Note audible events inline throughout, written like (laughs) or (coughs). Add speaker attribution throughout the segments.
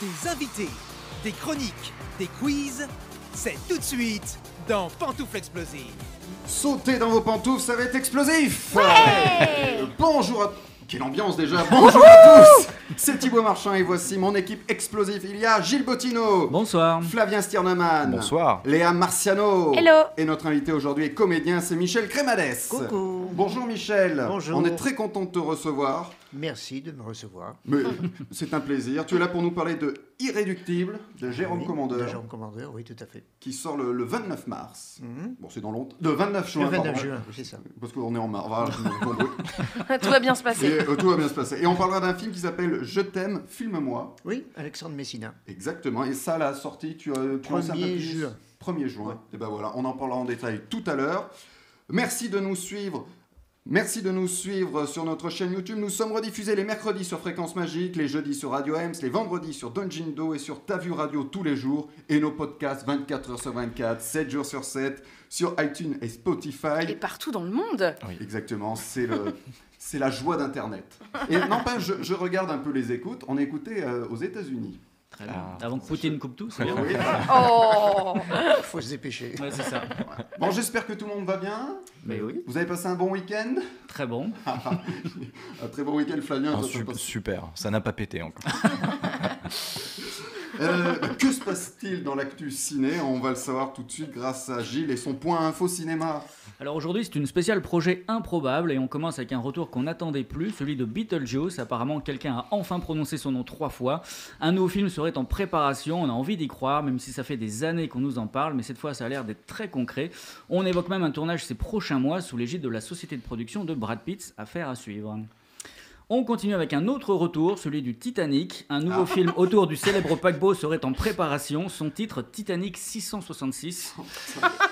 Speaker 1: Des invités, des chroniques, des quiz, c'est tout de suite dans Pantoufle Explosive.
Speaker 2: Sautez dans vos pantoufles, ça va être explosif Euh, Bonjour à... Quelle
Speaker 3: (laughs)
Speaker 2: ambiance déjà Bonjour à tous C'est Thibaut Marchand et voici mon équipe explosive. Il y a Gilles Bottino,
Speaker 4: Bonsoir.
Speaker 2: Flavien Stierneman,
Speaker 3: Bonsoir.
Speaker 2: Léa Marciano
Speaker 5: Hello.
Speaker 2: et notre invité aujourd'hui est comédien, c'est Michel Crémades. Coucou Bonjour Michel
Speaker 6: Bonjour.
Speaker 2: On est très content de te recevoir.
Speaker 6: Merci de me recevoir. Ah
Speaker 2: Mais (laughs) c'est un plaisir. Tu es là pour nous parler de Irréductible de Jérôme
Speaker 6: Oui,
Speaker 2: Commandeur
Speaker 6: de Jérôme Commandeur, oui, tout à fait.
Speaker 2: qui sort le, le 29 mars.
Speaker 6: Mhm.
Speaker 2: Bon, c'est dans longtemps. Le 29 juin.
Speaker 6: Le 29
Speaker 2: pardon.
Speaker 6: juin, c'est ça.
Speaker 2: Parce qu'on est en mars. Voilà, je me- bon, oui.
Speaker 5: (laughs) Tout va bien se passer.
Speaker 2: Et euh, tout va bien se passer. Et on parlera d'un film qui s'appelle Je t'aime, filme-moi.
Speaker 6: Oui, Alexandre Messina.
Speaker 2: Exactement. Et ça, la sortie, tu, euh, tu en sais un peu
Speaker 6: 1er
Speaker 2: plus
Speaker 6: juin.
Speaker 2: 1er juin. Et ben voilà, on en parlera en détail tout à l'heure. Merci de nous suivre. Merci de nous suivre sur notre chaîne YouTube. Nous sommes rediffusés les mercredis sur Fréquence Magique, les jeudis sur Radio Ems, les vendredis sur Donjindo et sur Tavu Radio tous les jours. Et nos podcasts 24h sur 24, 7 jours sur 7, sur iTunes et Spotify.
Speaker 5: Et partout dans le monde.
Speaker 2: Exactement, c'est le. (laughs) C'est la joie d'Internet. Et non, pas, je, je regarde un peu les écoutes. On est écouté euh, aux États-Unis.
Speaker 4: Très
Speaker 2: Ah.
Speaker 4: bien. Avant que Poutine coupe tout, c'est bien.
Speaker 2: Oui.
Speaker 5: Oh
Speaker 6: Il faut se dépêcher.
Speaker 4: Ouais, c'est ça.
Speaker 2: Bon, j'espère que tout le monde va bien.
Speaker 4: Mais oui.
Speaker 2: Vous avez passé un bon week-end
Speaker 4: Très bon.
Speaker 2: (laughs) Un très bon week-end, Flavien.
Speaker 3: Ah,
Speaker 2: toi,
Speaker 3: sup-
Speaker 2: t'as passé-
Speaker 3: super, ça n'a pas pété
Speaker 2: (laughs)
Speaker 3: encore.
Speaker 2: Euh, bah, que se passe-t-il dans l'actu ciné On va le savoir tout de suite grâce à Gilles et son point info cinéma.
Speaker 4: Alors aujourd'hui, c'est une spéciale projet improbable et on commence avec un retour qu'on n'attendait plus, celui de Beetlejuice. Apparemment, quelqu'un a enfin prononcé son nom trois fois. Un nouveau film serait en préparation, on a envie d'y croire, même si ça fait des années qu'on nous en parle, mais cette fois, ça a l'air d'être très concret. On évoque même un tournage ces prochains mois sous l'égide de la société de production de Brad Pitt. Affaire à suivre. On continue avec un autre retour, celui du Titanic. Un nouveau film autour du célèbre paquebot serait en préparation, son titre Titanic 666.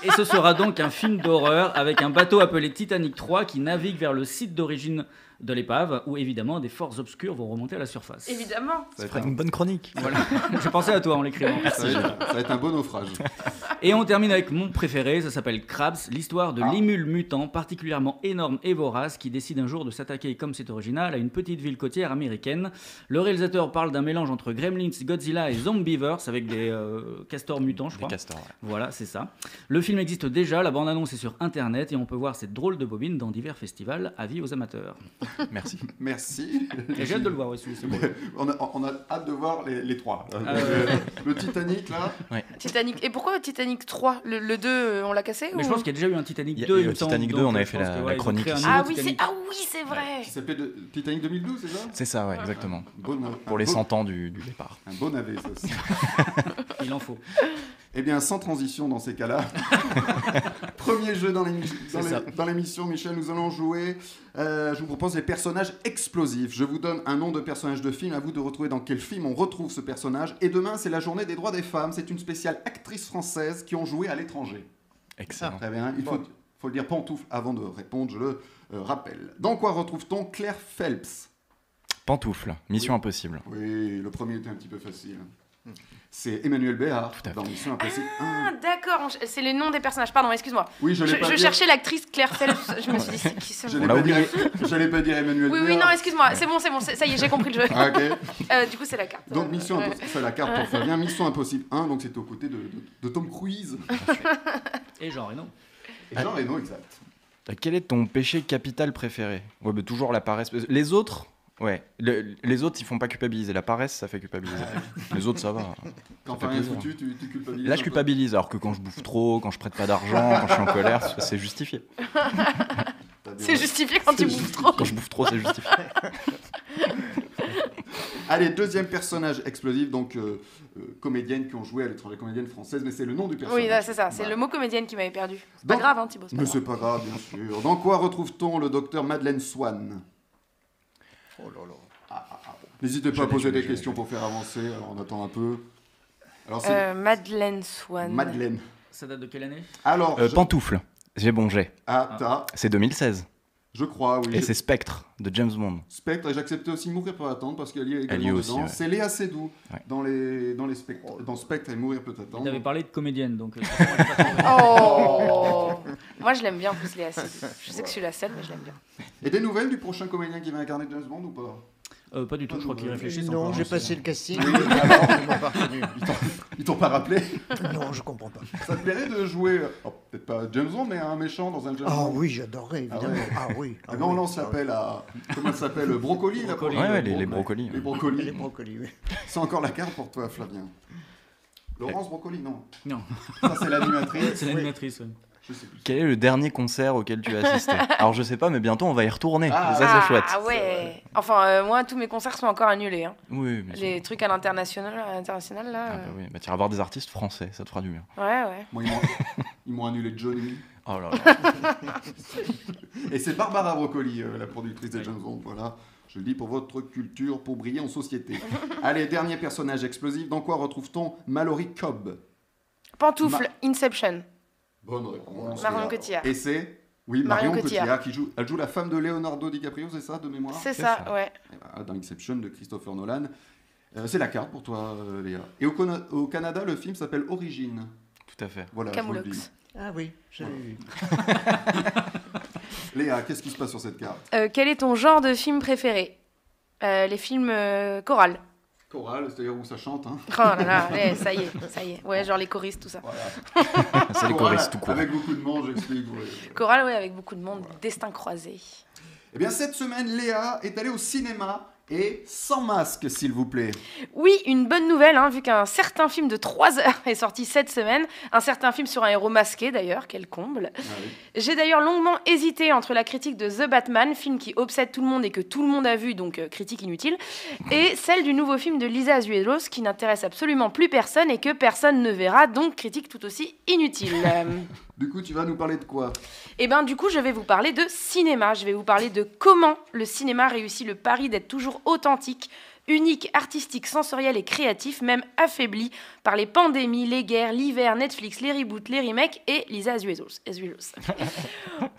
Speaker 4: Et
Speaker 6: (laughs)
Speaker 4: ce sera donc un film d'horreur avec un bateau appelé Titanic 3 qui navigue vers le site d'origine de l'épave, où évidemment des forces obscures vont remonter à la surface.
Speaker 5: Évidemment
Speaker 2: Ça va être
Speaker 3: Fred,
Speaker 2: un,
Speaker 3: une bonne chronique.
Speaker 4: Voilà, je pensais à toi en l'écrivant.
Speaker 2: ça va être- ça va être un beau naufrage.
Speaker 4: (laughs) Et on termine avec mon préféré, ça s'appelle Krabs, l'histoire de
Speaker 2: Ah.
Speaker 4: l'émule mutant particulièrement énorme et vorace qui décide un jour de s'attaquer, comme c'est original, à une petite ville côtière américaine. Le réalisateur parle d'un mélange entre Gremlins, Godzilla et Zombievers avec des euh, castors mutants, je
Speaker 3: Des
Speaker 4: crois.
Speaker 3: castors. ouais.
Speaker 4: Voilà, c'est ça. Le film existe déjà, la bande-annonce est sur internet et on peut voir cette drôle de bobine dans divers festivals, avis aux amateurs.
Speaker 3: (laughs) Merci.
Speaker 2: Merci.
Speaker 4: Et J'ai hâte de le voir aussi. c'est bon.
Speaker 2: (laughs) On a, on a hâte de voir les, les trois.
Speaker 4: Euh,
Speaker 2: Le Titanic, là.
Speaker 5: Titanic. Et pourquoi Titanic 3 Le, 2, on l'a cassé
Speaker 4: Mais
Speaker 5: ou-
Speaker 4: je pense qu'il y a déjà eu un Titanic
Speaker 3: Il y a
Speaker 4: 2,
Speaker 3: eu
Speaker 4: il
Speaker 3: un
Speaker 4: me semble,
Speaker 3: Titanic 2,
Speaker 4: donc
Speaker 3: on avait
Speaker 4: je
Speaker 3: fait
Speaker 4: pense
Speaker 3: la-
Speaker 4: que,
Speaker 3: la
Speaker 4: ouais, ils ont
Speaker 3: chronique
Speaker 4: créé un
Speaker 3: ici.
Speaker 4: nouveau
Speaker 5: Ah oui, c'est
Speaker 4: Titanic.
Speaker 5: ah oui, c'est vrai
Speaker 2: Qui s'appelait de- Titanic 2012, c'est ça
Speaker 3: C'est ça, ouais, exactement.
Speaker 2: Bon- un
Speaker 3: Pour les
Speaker 2: beau-
Speaker 3: 100 ans du, du départ.
Speaker 2: Un beau navet, ça aussi.
Speaker 4: (laughs) Il en faut.
Speaker 2: Eh bien, sans transition dans ces cas-là. (laughs) Premier jeu dans l'émi- dans
Speaker 4: C'est ça.
Speaker 2: l'é- dans l'émission, Michel, nous allons jouer. euh, je vous propose les personnages explosifs. Je vous donne un nom de personnage de film, à vous de retrouver dans quel film on retrouve ce personnage. Et demain, c'est la journée des droits des femmes. C'est une spéciale actrice française qui ont joué à l'étranger.
Speaker 3: Excellent.
Speaker 2: Très bien, hein. il faut, faut le dire pantoufle avant de répondre, je le euh, rappelle. Dans quoi retrouve-t-on Claire Phelps
Speaker 3: Pantoufle, Mission Impossible.
Speaker 2: Oui, le premier était un petit peu facile. C'est Emmanuel
Speaker 3: à
Speaker 2: Béard
Speaker 3: fait.
Speaker 2: dans Mission Impossible.
Speaker 5: Ah,
Speaker 2: un.
Speaker 5: d'accord, on ch- c'est les noms des personnages. Pardon, excuse-moi.
Speaker 2: Oui, je
Speaker 5: Je,
Speaker 2: l'ai pas
Speaker 5: je
Speaker 2: dit.
Speaker 5: cherchais l'actrice Claire Phelps. Je me suis dit, c'est qui ce
Speaker 2: J'allais
Speaker 3: l'a
Speaker 2: pas, dire, j'allais pas dire Emmanuel
Speaker 5: Ah, Oui, oui,
Speaker 2: Béard.
Speaker 5: non, excuse-moi. C'est bon, c'est bon. c'est- Ça y est, j'ai compris le jeu.
Speaker 2: Ah, ok.
Speaker 5: (laughs) Euh, du coup, c'est la carte.
Speaker 2: Donc Mission
Speaker 5: Ouais.
Speaker 2: Impossible, c'est la carte pour Fabien. Mission Impossible 1, donc c'était aux côtés de, de- de Tom Cruise.
Speaker 4: Et Jean Reno.
Speaker 2: Et Jean Reno, exact.
Speaker 3: Euh, Quel est ton péché capital préféré Ouais, bah, toujours la paresse. Les autres Ouais, le- les autres ils font pas culpabiliser. La paresse ça fait culpabiliser. Les autres ça va.
Speaker 2: Ah, (laughs) Quand
Speaker 3: fait
Speaker 2: t'as rien
Speaker 3: plaisir.
Speaker 2: foutu, tu, tu culpabilises.
Speaker 3: Là je
Speaker 2: un peu.
Speaker 3: culpabilise alors que quand je bouffe trop, quand je prête pas d'argent, quand je suis en colère,
Speaker 2: (laughs)
Speaker 3: ça, c'est justifié.
Speaker 2: T'as bien
Speaker 5: (laughs) C'est
Speaker 2: raison.
Speaker 5: justifié quand tu
Speaker 2: C'est
Speaker 5: bouffes trop.
Speaker 3: (laughs) Quand je bouffe trop c'est justifié.
Speaker 2: (laughs) Allez, deuxième personnage explosif, donc euh, euh, comédienne qui ont joué à l'étranger, comédienne française, mais c'est le nom du personnage.
Speaker 5: Oui, là, c'est ça. C'est
Speaker 2: Voilà.
Speaker 5: le mot comédienne qui m'avait perdu. C'est pas
Speaker 2: Donc-
Speaker 5: grave, hein, Thibaut. c'est pas
Speaker 2: Mais
Speaker 5: grave.
Speaker 2: c'est pas grave, bien sûr. Dans quoi retrouve-t-on le docteur Madeleine Swann Ah,
Speaker 6: Oh là là.
Speaker 2: N'hésitez
Speaker 3: Je
Speaker 2: pas à
Speaker 3: l'ai, je
Speaker 2: poser
Speaker 3: l'ai,
Speaker 2: des
Speaker 3: je l'ai.
Speaker 2: questions pour faire avancer, alors on attend un peu. Alors c'est
Speaker 5: Euh, Madeleine Swan.
Speaker 2: Madeleine.
Speaker 4: Ça date de quelle année
Speaker 2: Alors,
Speaker 3: Euh,
Speaker 2: je-
Speaker 3: pantoufle, j'ai bon jet.
Speaker 2: ah, t'as-
Speaker 3: C'est 2016.
Speaker 2: je crois, oui.
Speaker 3: Et
Speaker 2: je-
Speaker 3: c'est Spectre de James Bond.
Speaker 2: Spectre, et j'acceptais aussi Mourir peut attendre parce qu'elle y est également
Speaker 3: y est
Speaker 2: dedans.
Speaker 3: aussi, ouais.
Speaker 2: C'est Léa Seydoux
Speaker 3: Ouais.
Speaker 2: dans, les, dans, les spectres, dans Spectre et Mourir hein. Ah peut
Speaker 4: On avait
Speaker 2: attendre.
Speaker 4: parlé de comédienne, donc.
Speaker 2: (laughs)
Speaker 4: euh,
Speaker 5: Oh Moi, je l'aime bien, en plus, Léa Seydoux. Je sais que je suis la seule, mais je l'aime bien.
Speaker 2: Et des nouvelles du prochain comédien qui va incarner James Bond ou pas
Speaker 4: Euh, pas du tout, je crois qu'ils réfléchissent.
Speaker 6: Non,
Speaker 4: encore,
Speaker 6: j'ai
Speaker 4: hein,
Speaker 6: passé
Speaker 4: c'est-
Speaker 6: le casting. mais alors, ils m'ont pas retenu.
Speaker 2: Ils t'ont- Ils t'ont pas rappelé
Speaker 6: Non, je comprends pas.
Speaker 2: Ça te plairait de jouer, euh, oh, peut-être pas James Bond, mais un méchant dans un James
Speaker 6: Ah
Speaker 2: Bond
Speaker 6: oui, j'adorerais,
Speaker 2: Ah ouais.
Speaker 6: évidemment. Ah oui. Ah
Speaker 2: Eh ben, on lance l'appel à. Comment ça s'appelle Brocoli, là pour-
Speaker 4: Brocoli,
Speaker 3: Ouais, ouais, les,
Speaker 2: Bro-
Speaker 3: les brocolis.
Speaker 2: Les
Speaker 3: ouais.
Speaker 2: brocolis.
Speaker 6: Les brocolis, oui.
Speaker 2: (laughs) C'est encore la carte pour toi, Flavien. Laurence Brocoli, non.
Speaker 4: Non.
Speaker 2: Ça, c'est l'animatrice.
Speaker 4: C'est l'animatrice. ouais.
Speaker 2: Je sais plus.
Speaker 3: Quel est le dernier concert auquel tu as
Speaker 5: (laughs)
Speaker 3: assisté Alors je sais pas, mais bientôt on va y retourner.
Speaker 2: Ah,
Speaker 3: ça
Speaker 5: ah,
Speaker 3: c'est chouette.
Speaker 5: ouais. Enfin, euh, moi, tous mes concerts sont encore annulés. hein.
Speaker 3: Oui, mais
Speaker 5: Les trucs à l'international, à l'international, là.
Speaker 3: Ah bah oui, bah t'iras voir des artistes français, ça te fera du bien.
Speaker 5: euh, Ouais, ouais.
Speaker 2: Moi, ils m'ont-
Speaker 5: (laughs)
Speaker 2: ils m'ont annulé Johnny.
Speaker 3: Oh là là.
Speaker 2: (laughs) Et c'est Barbara Brocoli, euh, la productrice de James Bond. Voilà, je le dis pour votre culture, pour briller en société. (laughs) Allez, dernier personnage explosif. Dans quoi retrouve-t-on Mallory Cobb
Speaker 5: Pantoufle, Inception,
Speaker 2: Bonne réponse.
Speaker 5: Marion
Speaker 2: Léa.
Speaker 5: Cotillard.
Speaker 2: Et c'est oui, Marion,
Speaker 5: Marion
Speaker 2: Cotillard,
Speaker 5: Cotillard,
Speaker 2: qui joue, elle joue la femme de Leonardo DiCaprio, c'est ça, de mémoire
Speaker 5: C'est
Speaker 3: c'est
Speaker 5: ça,
Speaker 3: ça.
Speaker 5: ouais.
Speaker 2: Eh ben, Dans Inception de Christopher Nolan. Euh, c'est la carte pour toi, euh, Léa. Et au, Cana- au Canada, le film s'appelle Origine.
Speaker 3: Tout à fait.
Speaker 2: Voilà, je vous le dis.
Speaker 5: Camoulox.
Speaker 6: Ah oui, j'avais vu.
Speaker 2: (laughs) Léa, qu'est-ce qui se passe sur cette carte
Speaker 5: Euh, quel est ton genre de film préféré Euh, Les films euh, chorales.
Speaker 2: Chorale, c'est-à-dire où ça chante. Hein.
Speaker 5: Oh là là, (laughs) ouais, ça
Speaker 3: (laughs)
Speaker 5: y est, ça y est. Ouais, genre les choristes, tout ça.
Speaker 2: Voilà.
Speaker 3: C'est les
Speaker 2: Chorale,
Speaker 3: choristes tout court.
Speaker 2: Avec beaucoup de monde, j'explique. ouais.
Speaker 5: (laughs) Chorale, ouais, avec beaucoup de monde, destin croisé.
Speaker 2: Eh bien, cette semaine, Léa est allée au cinéma et sans masque, s'il vous plaît.
Speaker 5: Oui, une bonne nouvelle, hein, vu qu'un certain film de 3 heures (laughs) est sorti cette semaine. Un certain film sur un héros masqué, d'ailleurs, quel comble.
Speaker 2: Ah
Speaker 5: J'ai d'ailleurs longuement hésité entre la critique de The Batman, film qui obsède tout le monde et que tout le monde a vu, donc euh, critique inutile, et celle du nouveau film de Lisa Azuelos, qui n'intéresse absolument plus personne et que personne ne verra, donc critique tout aussi
Speaker 2: (laughs)
Speaker 5: inutile. Euh,
Speaker 2: Du coup, tu vas nous parler de quoi
Speaker 5: et ben du coup, je vais vous parler de cinéma. Je vais vous parler de comment le cinéma réussit le pari d'être toujours authentique, unique, artistique, sensoriel et créatif, même affaibli par les pandémies, les guerres, l'hiver, Netflix, les reboots, les remakes et Lisa Azuelos. Azuelos.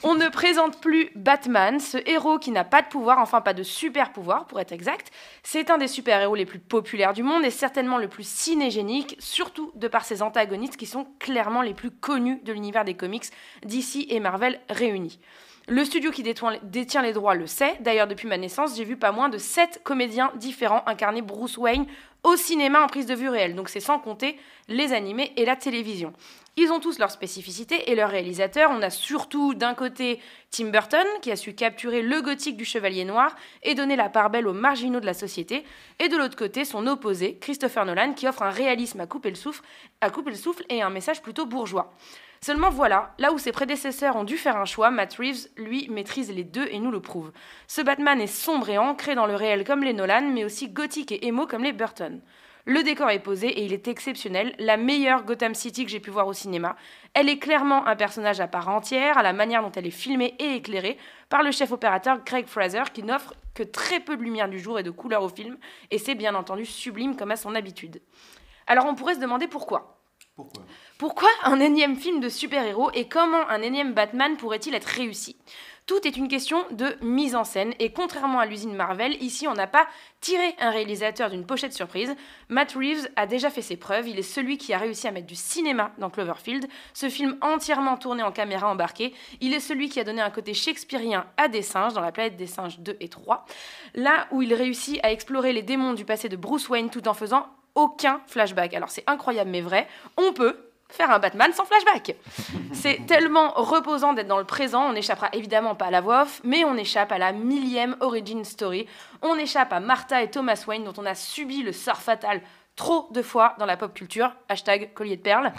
Speaker 5: On ne présente plus Batman, ce héros qui n'a pas de pouvoir, enfin pas de super pouvoir pour être exact. C'est un des super-héros les plus populaires du monde et certainement le plus cinégénique, surtout de par ses antagonistes qui sont clairement les plus connus de l'univers des comics DC et Marvel réunis. Le studio qui détourne- détient les droits le sait. D'ailleurs, depuis ma naissance, j'ai vu pas moins de 7 comédiens différents incarner Bruce Wayne au cinéma en prise de vue réelle. Donc c'est sans compter les animés et la télévision. Ils ont tous leurs spécificités et leurs réalisateurs. On a surtout d'un côté Tim Burton, qui a su capturer le gothique du Chevalier Noir et donner la part belle aux marginaux de la société. Et de l'autre côté, son opposé, Christopher Nolan, qui offre un réalisme à couper le souffle, à couper le souffle et un message plutôt bourgeois. Seulement voilà, là où ses prédécesseurs ont dû faire un choix, Matt Reeves, lui, maîtrise les deux et nous le prouve. Ce Batman est sombre et ancré dans le réel comme les Nolan, mais aussi gothique et émo comme les Burton. Le décor est posé et il est exceptionnel, la meilleure Gotham City que j'ai pu voir au cinéma. Elle est clairement un personnage à part entière, à la manière dont elle est filmée et éclairée par le chef opérateur Craig Fraser, qui n'offre que très peu de lumière du jour et de couleur au film, et c'est bien entendu sublime comme à son habitude. Alors on pourrait se demander pourquoi.
Speaker 2: Pourquoi
Speaker 5: Pourquoi un énième film de super-héros et comment un énième Batman pourrait-il être réussi Tout est une question de mise en scène et contrairement à l'usine Marvel, ici on n'a pas tiré un réalisateur d'une pochette surprise. Matt Reeves a déjà fait ses preuves, il est celui qui a réussi à mettre du cinéma dans Cloverfield, ce film entièrement tourné en caméra embarquée. Il est celui qui a donné un côté shakespearien à des singes dans La planète des singes 2 et 3, là où il réussit à explorer les démons du passé de Bruce Wayne tout en faisant aucun flashback. Alors c'est incroyable mais vrai, on peut faire un Batman sans flashback. (laughs) C'est tellement reposant d'être dans le présent, on n'échappera évidemment pas à la voix off, mais on échappe à la millième origin story, on échappe à Martha et Thomas Wayne dont on a subi le sort fatal trop de fois dans la pop culture, hashtag collier de perles.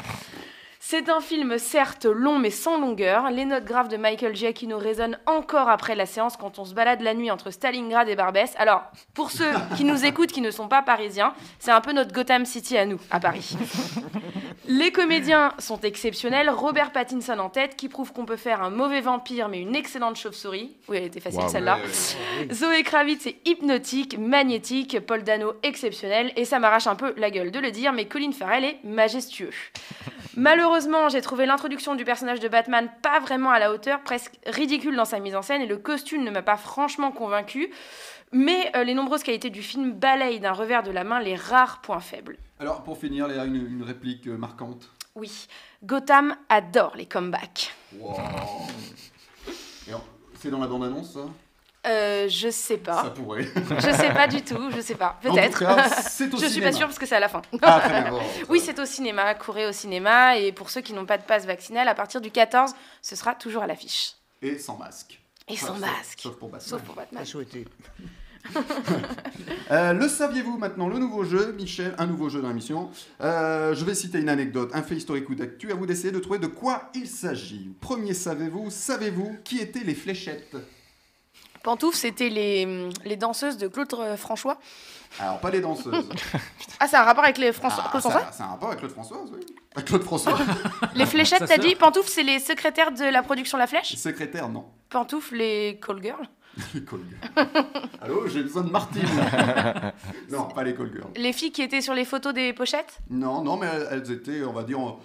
Speaker 5: C'est un film certes long mais sans longueur. Les notes graves de Michael Giacchino résonnent encore après la séance quand on se balade la nuit entre Stalingrad et Barbès. Alors, pour ceux qui nous écoutent qui ne sont pas parisiens, c'est un peu notre Gotham City à nous, à Paris. Les comédiens sont exceptionnels. Robert Pattinson en tête, qui prouve qu'on peut faire un mauvais vampire, mais une excellente chauve-souris. Oui, elle était facile
Speaker 3: Waouh.
Speaker 5: celle-là.
Speaker 6: Ah oui.
Speaker 5: Zoé Kravitz est hypnotique, magnétique, Paul Dano exceptionnel, et ça m'arrache un peu la gueule de le dire, mais Colin Farrell est majestueux. Malheureusement, j'ai trouvé l'introduction du personnage de Batman pas vraiment à la hauteur, presque ridicule dans sa mise en scène, et le costume ne m'a pas franchement convaincu. Mais euh, les nombreuses qualités du film balayent d'un revers de la main les rares points faibles.
Speaker 2: Alors, pour finir, Léa, une, une réplique euh, marquante.
Speaker 5: Oui, Gotham adore les comebacks.
Speaker 2: Wow. Et alors, C'est dans la bande-annonce, ça
Speaker 5: Euh, je sais
Speaker 2: Ça
Speaker 5: pas.
Speaker 2: pourrait.
Speaker 5: (laughs) Je sais pas du tout. Je sais pas.
Speaker 2: En tout
Speaker 5: Peut-être.
Speaker 2: cas, c'est
Speaker 5: (laughs)
Speaker 2: au
Speaker 5: Je suis
Speaker 2: cinéma.
Speaker 5: pas sûre parce que c'est à la fin.
Speaker 2: Ah,
Speaker 5: (laughs)
Speaker 2: très bien. bon.
Speaker 5: Oui, c'est au cinéma. Courez au cinéma. Et pour ceux qui n'ont pas de passe vaccinal, à partir du 14, ce sera toujours à l'affiche.
Speaker 2: Et sans masque.
Speaker 5: Et sans
Speaker 2: Sauf-
Speaker 5: masque.
Speaker 2: Sauf pour Batman.
Speaker 5: Sauf pour Batman.
Speaker 6: Pas souhaité.
Speaker 2: (laughs) Euh, le saviez-vous maintenant, le nouveau jeu, Michel, un nouveau jeu dans l'émission. Euh, je vais citer une anecdote, un fait historique ou d'actu, à vous d'essayer de trouver de quoi il s'agit. Premier savez-vous, savez-vous qui étaient les fléchettes
Speaker 5: Pantouf, c'était les, les danseuses de Claude euh, François.
Speaker 2: Alors, pas les danseuses.
Speaker 5: (laughs) Ah, c'est un rapport avec les François.
Speaker 2: Ah,
Speaker 5: Claude
Speaker 2: ça-
Speaker 5: François
Speaker 2: C'est un rapport avec Claude Françoise, oui. Avec Claude François
Speaker 5: (laughs) Les
Speaker 4: Ça
Speaker 5: fléchettes, t'as
Speaker 4: se-
Speaker 5: dit Pantouf, c'est les secrétaires de la production La Flèche
Speaker 2: Secrétaire, non. (laughs)
Speaker 5: Pantouf, les call girls
Speaker 2: Les call girls. Allô, j'ai besoin
Speaker 5: (laughs)
Speaker 2: de Martine. non, pas les call girls.
Speaker 5: Les filles qui étaient sur les photos des pochettes
Speaker 2: Non, non, mais elles, elles étaient, on va dire, en-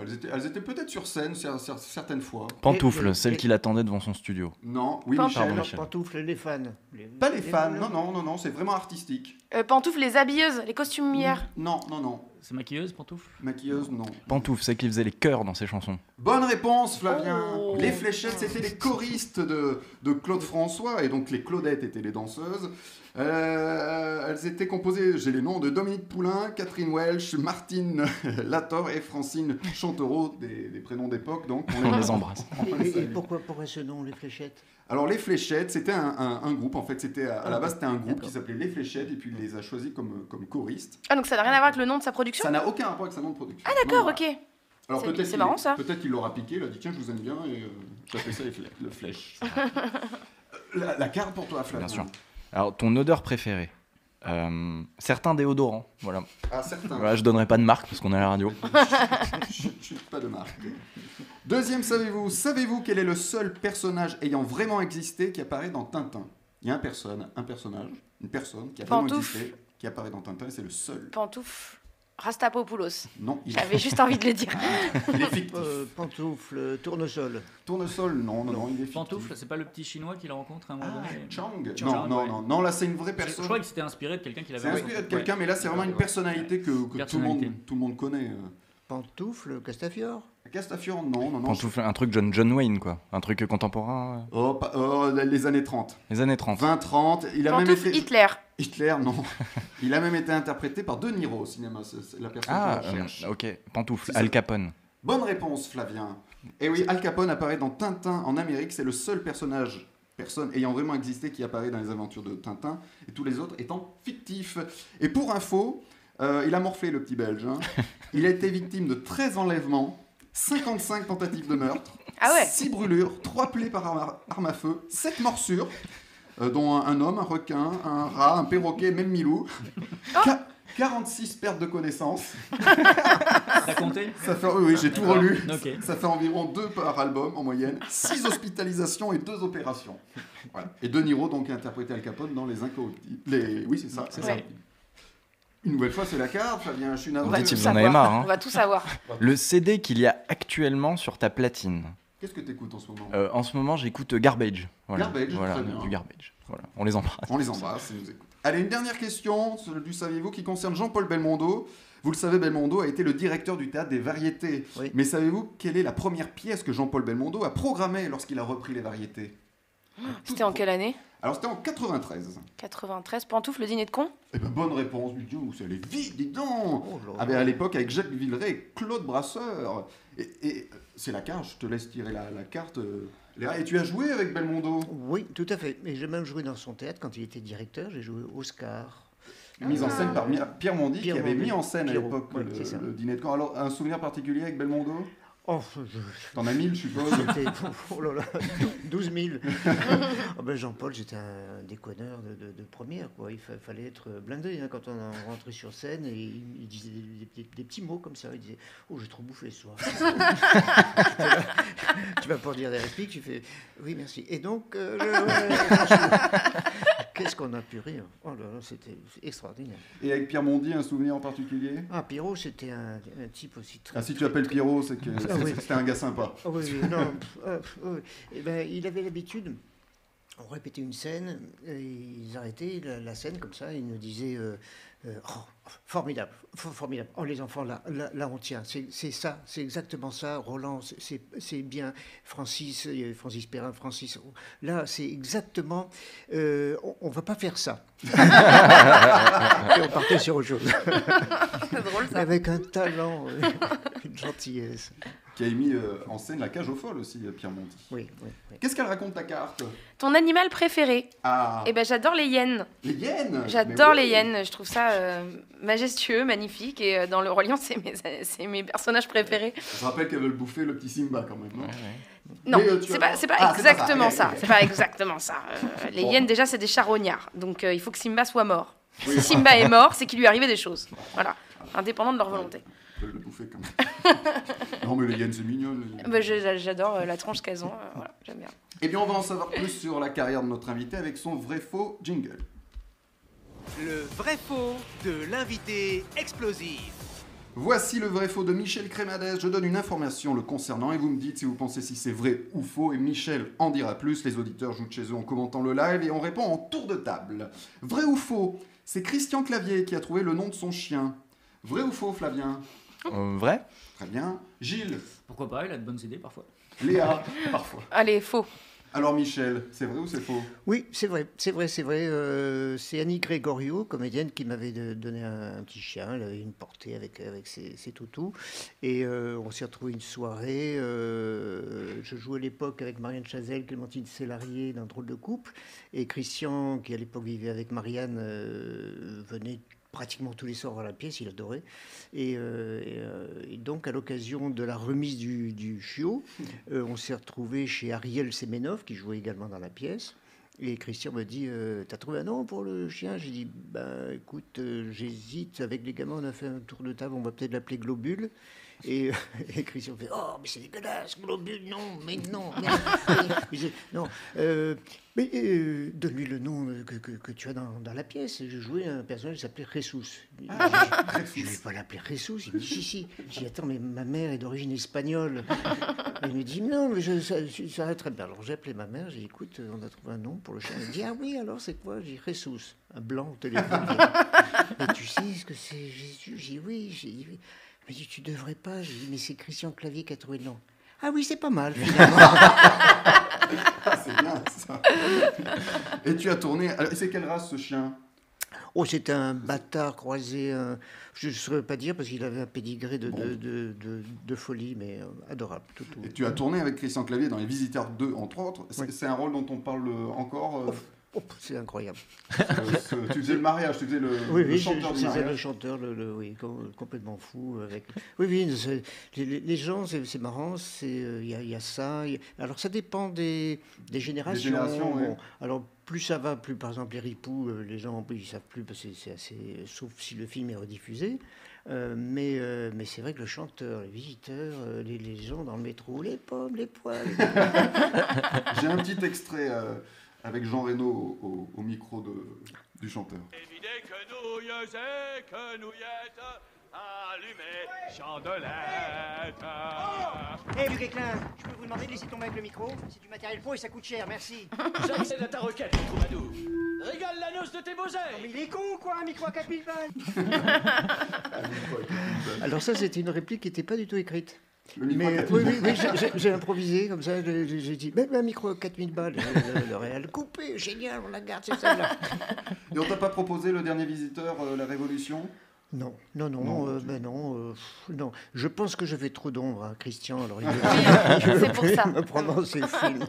Speaker 2: elles étaient, elles étaient peut-être sur scène cer- cer- certaines fois.
Speaker 6: Et-
Speaker 3: Pantoufle,
Speaker 6: et-
Speaker 3: celle
Speaker 6: et-
Speaker 3: qui l'attendait devant son studio.
Speaker 2: Non, oui,
Speaker 5: Pantoufles.
Speaker 2: Michel.
Speaker 3: Pardon.
Speaker 6: Alors,
Speaker 3: Michel.
Speaker 6: pantoufles, les fans.
Speaker 2: Pas les fans, non, non, non, non, c'est vraiment artistique.
Speaker 5: Euh, Pantouf, les habilleuses, les costumières.
Speaker 2: Non, non, non.
Speaker 4: C'est maquilleuse, pantoufle
Speaker 2: Maquilleuse, non.
Speaker 3: Pantoufle, celle qui faisait les chœurs dans ses chansons.
Speaker 2: Bonne réponse, Flavien.
Speaker 5: Oh.
Speaker 2: Les fléchettes, c'était les choristes de, de Claude François, et donc les Claudettes étaient les danseuses. Euh, elles étaient composées, j'ai les noms de Dominique Poulain, Catherine Welch, Martine (laughs) Lator et Francine Chantereau, des, des prénoms d'époque, donc
Speaker 3: On les embrasse.
Speaker 2: on les
Speaker 6: Et, et
Speaker 2: salue.
Speaker 6: pourquoi, pourquoi ce nom, les fléchettes
Speaker 2: Alors les fléchettes, c'était un, un- un groupe, en fait, c'était à, à la base c'était un groupe
Speaker 4: D'accord.
Speaker 2: qui s'appelait les fléchettes, et puis il les a choisis comme, comme choristes.
Speaker 5: Ah, donc ça n'a rien à voir avec le nom de sa production
Speaker 2: Mm. Ça n'a aucun rapport avec sa nom de production.
Speaker 5: Ah, d'accord, ok.
Speaker 2: Alors
Speaker 5: C'est-
Speaker 2: peut-être
Speaker 5: c'est
Speaker 2: qu'il-
Speaker 5: marrant, ça.
Speaker 2: Peut-être qu'il l'aura piqué, il a dit tiens je vous aime bien et euh, j'appelle ça les fle-
Speaker 3: (laughs)
Speaker 2: le flèche. la, la carte pour toi Flavien.
Speaker 3: Bien sûr. Alors, ton odeur préférée Euh, Certains déodorants. Voilà.
Speaker 2: Ah certain.
Speaker 3: voilà. Je donnerai pas de marque parce qu'on est à la radio.
Speaker 2: (laughs) je je- pas de marque. Deuxième savez-vous, savez-vous quel est le seul personnage ayant vraiment existé qui apparaît dans Tintin Il y a un personne, un personnage, une personne qui a vraiment
Speaker 5: Pantouf.
Speaker 2: existé qui apparaît dans Tintin et c'est le seul.
Speaker 5: Pantouf, Rastapopoulos.
Speaker 2: Non, il,
Speaker 5: J'avais juste envie de le dire.
Speaker 2: (laughs) il est fictif.
Speaker 6: Euh, Pantoufles, tournesol.
Speaker 2: Tournesol, non, non, non, il est fictif.
Speaker 4: Pantoufle, c'est pas le petit chinois qui le rencontre à un
Speaker 2: Ah,
Speaker 4: moment donné
Speaker 2: Chang. Non,
Speaker 4: Chang,
Speaker 2: non,
Speaker 4: ouais.
Speaker 2: non, non, là c'est une vraie
Speaker 4: Je- Je
Speaker 2: personne.
Speaker 4: crois que c'était inspiré de quelqu'un qui
Speaker 3: Eh ben
Speaker 4: l'avait
Speaker 2: C'est inspiré de quelqu'un, mais là, c'est vraiment une personnalité que, que Tout,
Speaker 4: Personnalité.
Speaker 2: le monde, tout le monde connaît. euh.
Speaker 6: Pantoufles, Castafiore.
Speaker 2: Castafiore, non, non, non.
Speaker 3: Pantoufle, un truc John, John Wayne, quoi. Un truc contemporain. euh,
Speaker 2: Oh, pa- oh, les années 30.
Speaker 3: les années 30.
Speaker 2: 20-30, il a
Speaker 5: Pantouf,
Speaker 2: même été...
Speaker 5: Hitler.
Speaker 2: Hitler, non. il a même été interprété par De Niro au cinéma, c'est c'est la personne
Speaker 3: Ah,
Speaker 2: qu'on cherche.
Speaker 3: euh, ok. Pantoufle,
Speaker 2: C'est ça.
Speaker 3: Al Capone.
Speaker 2: Bonne réponse, Flavien. Et oui, Al Capone apparaît dans Tintin en Amérique, c'est le seul personnage, personne ayant vraiment existé qui apparaît dans les aventures de Tintin, et tous les autres étant fictifs. Et pour info, euh, il a morflé le petit Belge. hein. Il a été victime de 13 enlèvements, 55 tentatives de meurtre,
Speaker 5: Ah ouais
Speaker 2: 6 brûlures, 3 plaies par arme à, arme à feu, 7 morsures, euh, dont un, un homme, un requin, un rat, un perroquet, même Milou.
Speaker 5: Oh.
Speaker 2: Qua- 46 pertes de connaissances.
Speaker 4: (laughs) T'as compté
Speaker 2: Ça fait, oui, oui, j'ai tout relu.
Speaker 4: Ok.
Speaker 2: Ça fait environ deux par album en moyenne, six hospitalisations et deux opérations. Voilà. Et De Niro donc a interprété Al Capone dans Les Incorruptibles. Les... Oui, c'est ça.
Speaker 5: C'est ça. Ouais.
Speaker 2: Une nouvelle fois, c'est la carte, Fabien. Je suis
Speaker 5: On
Speaker 3: Vous
Speaker 5: va
Speaker 2: navré.
Speaker 3: dites,
Speaker 5: tout
Speaker 3: vous en avez
Speaker 5: savoir.
Speaker 3: marre, hein.
Speaker 5: On va tout savoir.
Speaker 3: Le CD qu'il y a actuellement sur ta platine.
Speaker 2: Qu'est-ce que t'écoutes en ce moment
Speaker 3: Euh, en ce moment, j'écoute Garbage. Voilà.
Speaker 2: Garbage,
Speaker 3: voilà,
Speaker 2: très bien.
Speaker 3: du Garbage. Voilà. On les embrasse.
Speaker 2: On les embrasse, ils nous écoutent. Allez, une dernière question, celle du saviez-vous, qui concerne Jean-Paul Belmondo. Vous le savez, Belmondo a été le directeur du théâtre des Variétés.
Speaker 6: Oui.
Speaker 2: Mais savez-vous quelle est la première pièce que Jean-Paul Belmondo a programmée lorsqu'il a repris les Variétés
Speaker 5: (laughs) C'était en quelle année
Speaker 2: Alors c'était en 93.
Speaker 5: 93. Pantouf, le dîner de con
Speaker 2: Eh ben bonne réponse, du Dieu, c'est allé vite, dis donc
Speaker 6: Oh, là.
Speaker 2: Ah ben, à l'époque, avec Jacques Villeray et Claude Brasseur. Et, et, euh, c'est la carte, je te laisse tirer la, la carte. euh,
Speaker 6: Ah.
Speaker 2: Léa. Et tu as joué avec Belmondo
Speaker 6: Oui, tout à fait. Mais j'ai même joué dans son théâtre quand il était directeur. J'ai joué Oscar.
Speaker 2: Mise en scène par Mi- Pierre Mondy,
Speaker 6: Ah. Pierre
Speaker 2: qui avait
Speaker 6: Mondy.
Speaker 2: mis en scène à
Speaker 6: Pierrot,
Speaker 2: l'époque
Speaker 6: ouais,
Speaker 2: le,
Speaker 6: c'est ça.
Speaker 2: le dîner de camp. Alors, un souvenir particulier avec Belmondo
Speaker 6: Oh, je-
Speaker 2: T'en as mille, je
Speaker 6: (laughs)
Speaker 2: suppose.
Speaker 6: j'étais- oh là là, 12 000. Ah ben, Jean-Paul, j'étais un déconneur de, de- de première. Quoi. Il fa- fallait être blindé hein, quand on rentrait sur scène. Et il, il disait des, des- des petits mots comme ça. Il disait Oh, j'ai trop bouffé ce soir. (laughs) tu vas pour dire des répliques. Tu fais Oui, merci. Et donc, euh, je- qu'est-ce qu'on a pu rire Oh là là, c'était extraordinaire.
Speaker 2: Et avec Pierre Mondy, un souvenir en particulier
Speaker 6: Ah, Pierrot, c'était un, un type aussi très.
Speaker 2: ah, si tu appelles Pierrot, c'est que
Speaker 6: Ah oui.
Speaker 2: c'est- (laughs) c'était un gars sympa.
Speaker 6: Ah oui, oui, non, pff, ah, pff, oui. Eh ben, il avait l'habitude, on répétait une scène, et ils arrêtaient la, la scène comme ça, ils nous disaient euh, Euh, oh, formidable, for- formidable. Oh, les enfants, là, là, là, on tient. C'est c'est ça, c'est exactement ça. Roland, c'est- c'est c'est bien. Francis, euh, Francis Perrin, Francis. oh, Là, c'est exactement. euh, on- on va pas faire
Speaker 5: (laughs)
Speaker 6: ça. Et on partait sur autre chose.
Speaker 5: C'est drôle ça.
Speaker 6: Avec un talent, euh, une gentillesse.
Speaker 2: Qui a mis euh, en scène la cage aux folles aussi, euh, Pierre Monti.
Speaker 6: Oui, oui, oui.
Speaker 2: Qu'est-ce qu'elle raconte ta carte
Speaker 5: Ton animal préféré
Speaker 2: Ah,
Speaker 5: Eh ben j'adore les hyènes.
Speaker 2: les hyènes
Speaker 5: J'adore
Speaker 2: Mais
Speaker 5: les
Speaker 2: oui.
Speaker 5: hyènes. Je trouve ça euh, majestueux, magnifique. Et euh, dans le Roi Lion, c'est mes, c'est mes personnages préférés.
Speaker 2: Je rappelle qu'elles veulent bouffer le petit Simba quand même. non
Speaker 5: Non,
Speaker 2: Mais, euh, tu
Speaker 5: c'est
Speaker 2: vas
Speaker 5: pas,
Speaker 2: voir.
Speaker 5: c'est pas
Speaker 2: Ah, c'est pas ça. eh.
Speaker 5: exactement
Speaker 2: Ok,
Speaker 5: ça.
Speaker 2: ok.
Speaker 5: C'est pas exactement ça. Euh,
Speaker 2: (laughs)
Speaker 5: les
Speaker 2: Bon.
Speaker 5: hyènes, déjà, c'est des charognards. Donc euh, il faut que Simba soit mort. Si Simba est mort, c'est qu'il lui arrivait des choses. Voilà, indépendant de leur volonté.
Speaker 2: Ils veulent le bouffer quand même. (laughs) non, mais les hyènes, c'est mignon. les hyènes.
Speaker 5: Bah, je- J'adore euh, la tronche qu'elles ont. euh, voilà, j'aime bien.
Speaker 2: Eh bien, on va en savoir plus sur la carrière de notre invité avec son vrai-faux jingle.
Speaker 1: Le vrai faux de l'invité explosif.
Speaker 2: Voici le vrai faux de Michel Crémadès. Je donne une information le concernant et vous me dites si vous pensez si c'est vrai ou faux. Et Michel en dira plus. Les auditeurs jouent de chez eux en commentant le live et on répond en tour de table. Vrai ou faux C'est Christian Clavier qui a trouvé le nom de son chien. Vrai ou faux, Flavien
Speaker 3: Euh, vrai
Speaker 2: Très bien. Gilles
Speaker 4: Pourquoi pas, il a de bonnes idées parfois.
Speaker 2: Léa Parfois.
Speaker 5: Allez, faux.
Speaker 2: Alors, Michel, c'est vrai ou c'est faux
Speaker 6: Oui, c'est vrai, c'est vrai, c'est vrai. Euh, c'est Annie Grégorio, comédienne, qui m'avait de- donné un, un petit chien. Elle avait une portée avec, avec ses, ses toutous. Et euh, on s'est retrouvé une soirée. euh, je jouais à l'époque avec Marianne Chazelle, Clémentine Sélarié dans Drôle de couple. Et Christian, qui à l'époque vivait avec Marianne, euh, venait pratiquement tous les soirs voir la pièce, il adorait. Et, euh, et, euh, et donc, à l'occasion de la remise du, du chiot, euh, on s'est retrouvé chez Ariel Semenov, qui jouait également dans la pièce. Et Christian me dit, euh, t'as trouvé un nom pour le chien J'ai dit, ben écoute, euh, j'hésite. Avec les gamins, on a fait un tour de table, on va peut-être l'appeler Globule. Et, (laughs) et Christian fait, oh, mais c'est dégueulasse, Globule, (laughs) non, mais non. mais- mais j'ai- non, euh, mais euh, donne-lui le nom euh, que, que- que tu as dans, dans la pièce. Et Je jouais un personnage qui s'appelait Jesus. Je ne vais pas l'appeler Jesus. Il me dit, si, si. J'ai dit, attends, mais ma mère est d'origine espagnole. (laughs) Elle me dit, non, mais je, ça, je- ça va très bien. Alors j'ai appelé ma mère, j'ai dit, écoute, euh, on a trouvé un nom pour le chien. Elle me dit, ah oui, alors c'est quoi J'ai dit, Jesus, un blanc au téléphone.
Speaker 2: (laughs)
Speaker 6: mais tu sais ce que c'est Jésus J'ai dit, oui. J'ai dit, oui. Elle me dit, tu devrais pas. J'ai dit, mais c'est Christian Clavier qui a trouvé le nom. Ah oui, c'est pas mal. finalement.
Speaker 2: (laughs) Ah, c'est bien
Speaker 6: (laughs)
Speaker 2: ça. Et tu as tourné. Alors, c'est quelle race ce chien
Speaker 6: Oh, c'est un bâtard croisé. un- Je ne saurais pas dire parce qu'il avait un pédigré de, de,
Speaker 2: Bon.
Speaker 6: de- de- de folie, mais euh, adorable. Tout, tout.
Speaker 2: Et tu as tourné avec Christian Clavier dans Les Visiteurs 2, entre autres. C'est,
Speaker 6: Oui.
Speaker 2: c'est un rôle dont on parle euh, encore. euh,
Speaker 6: Oh, c'est incroyable.
Speaker 2: Euh, ce- tu faisais le mariage, tu faisais le,
Speaker 6: Oui,
Speaker 2: le
Speaker 6: oui, je-
Speaker 2: chanteur
Speaker 6: je-
Speaker 2: du
Speaker 6: c'est ça, le
Speaker 2: mariage.
Speaker 6: chanteur, le, le- oui, com- complètement fou. Avec... Oui, oui, c'est- les, les- les gens, c'est c'est marrant, c'est, euh, il y, a- il y a ça. il y a- Alors, ça dépend des, des générations.
Speaker 2: générations, oui.
Speaker 6: alors, plus ça va, plus, par exemple, les ripoux, euh, les gens, ils savent plus, parce que c'est assez, sauf si le film est rediffusé. Euh, mais euh, mais c'est vrai que le chanteur, les visiteurs, euh, les, les gens dans le métro, les pommes, les poils.
Speaker 2: (laughs) J'ai un petit extrait euh, avec Jean Reno au, au- au micro de- du chanteur.
Speaker 7: Évidez que nous et que nous allumez chandelette.
Speaker 8: Eh, Luc Éclin, je peux vous demander de laisser tomber avec le micro C'est du matériel pro et ça coûte cher, merci.
Speaker 7: Ça c'est à ta requête, troubadour. Régale la noce de tes
Speaker 8: Mais
Speaker 7: beaux
Speaker 8: il est con ou quoi, un micro à 4000 balles
Speaker 6: Alors, ça, c'était une réplique qui n'était pas du tout écrite.
Speaker 2: Bah. Le micro
Speaker 6: Mais,
Speaker 2: à
Speaker 6: euh,
Speaker 2: quatre
Speaker 6: oui,
Speaker 2: mains.
Speaker 6: oui, oui, j'ai- j'ai- j'ai improvisé comme ça, j'ai j'ai dit, même un micro à 4000 balles, le, le réel, coupé, génial, on la garde, c'est ça là.
Speaker 2: Et on t'a pas proposé le dernier visiteur, euh, La Révolution
Speaker 6: Non, non, non,
Speaker 2: Non,
Speaker 6: euh,
Speaker 2: tu-
Speaker 6: ben non, euh, pff, non. Je pense que je vais trop d'ombre à Christian,
Speaker 5: (laughs)
Speaker 2: (laughs)
Speaker 6: alors il
Speaker 5: c'est pour ça.
Speaker 6: me prendre dans ses films.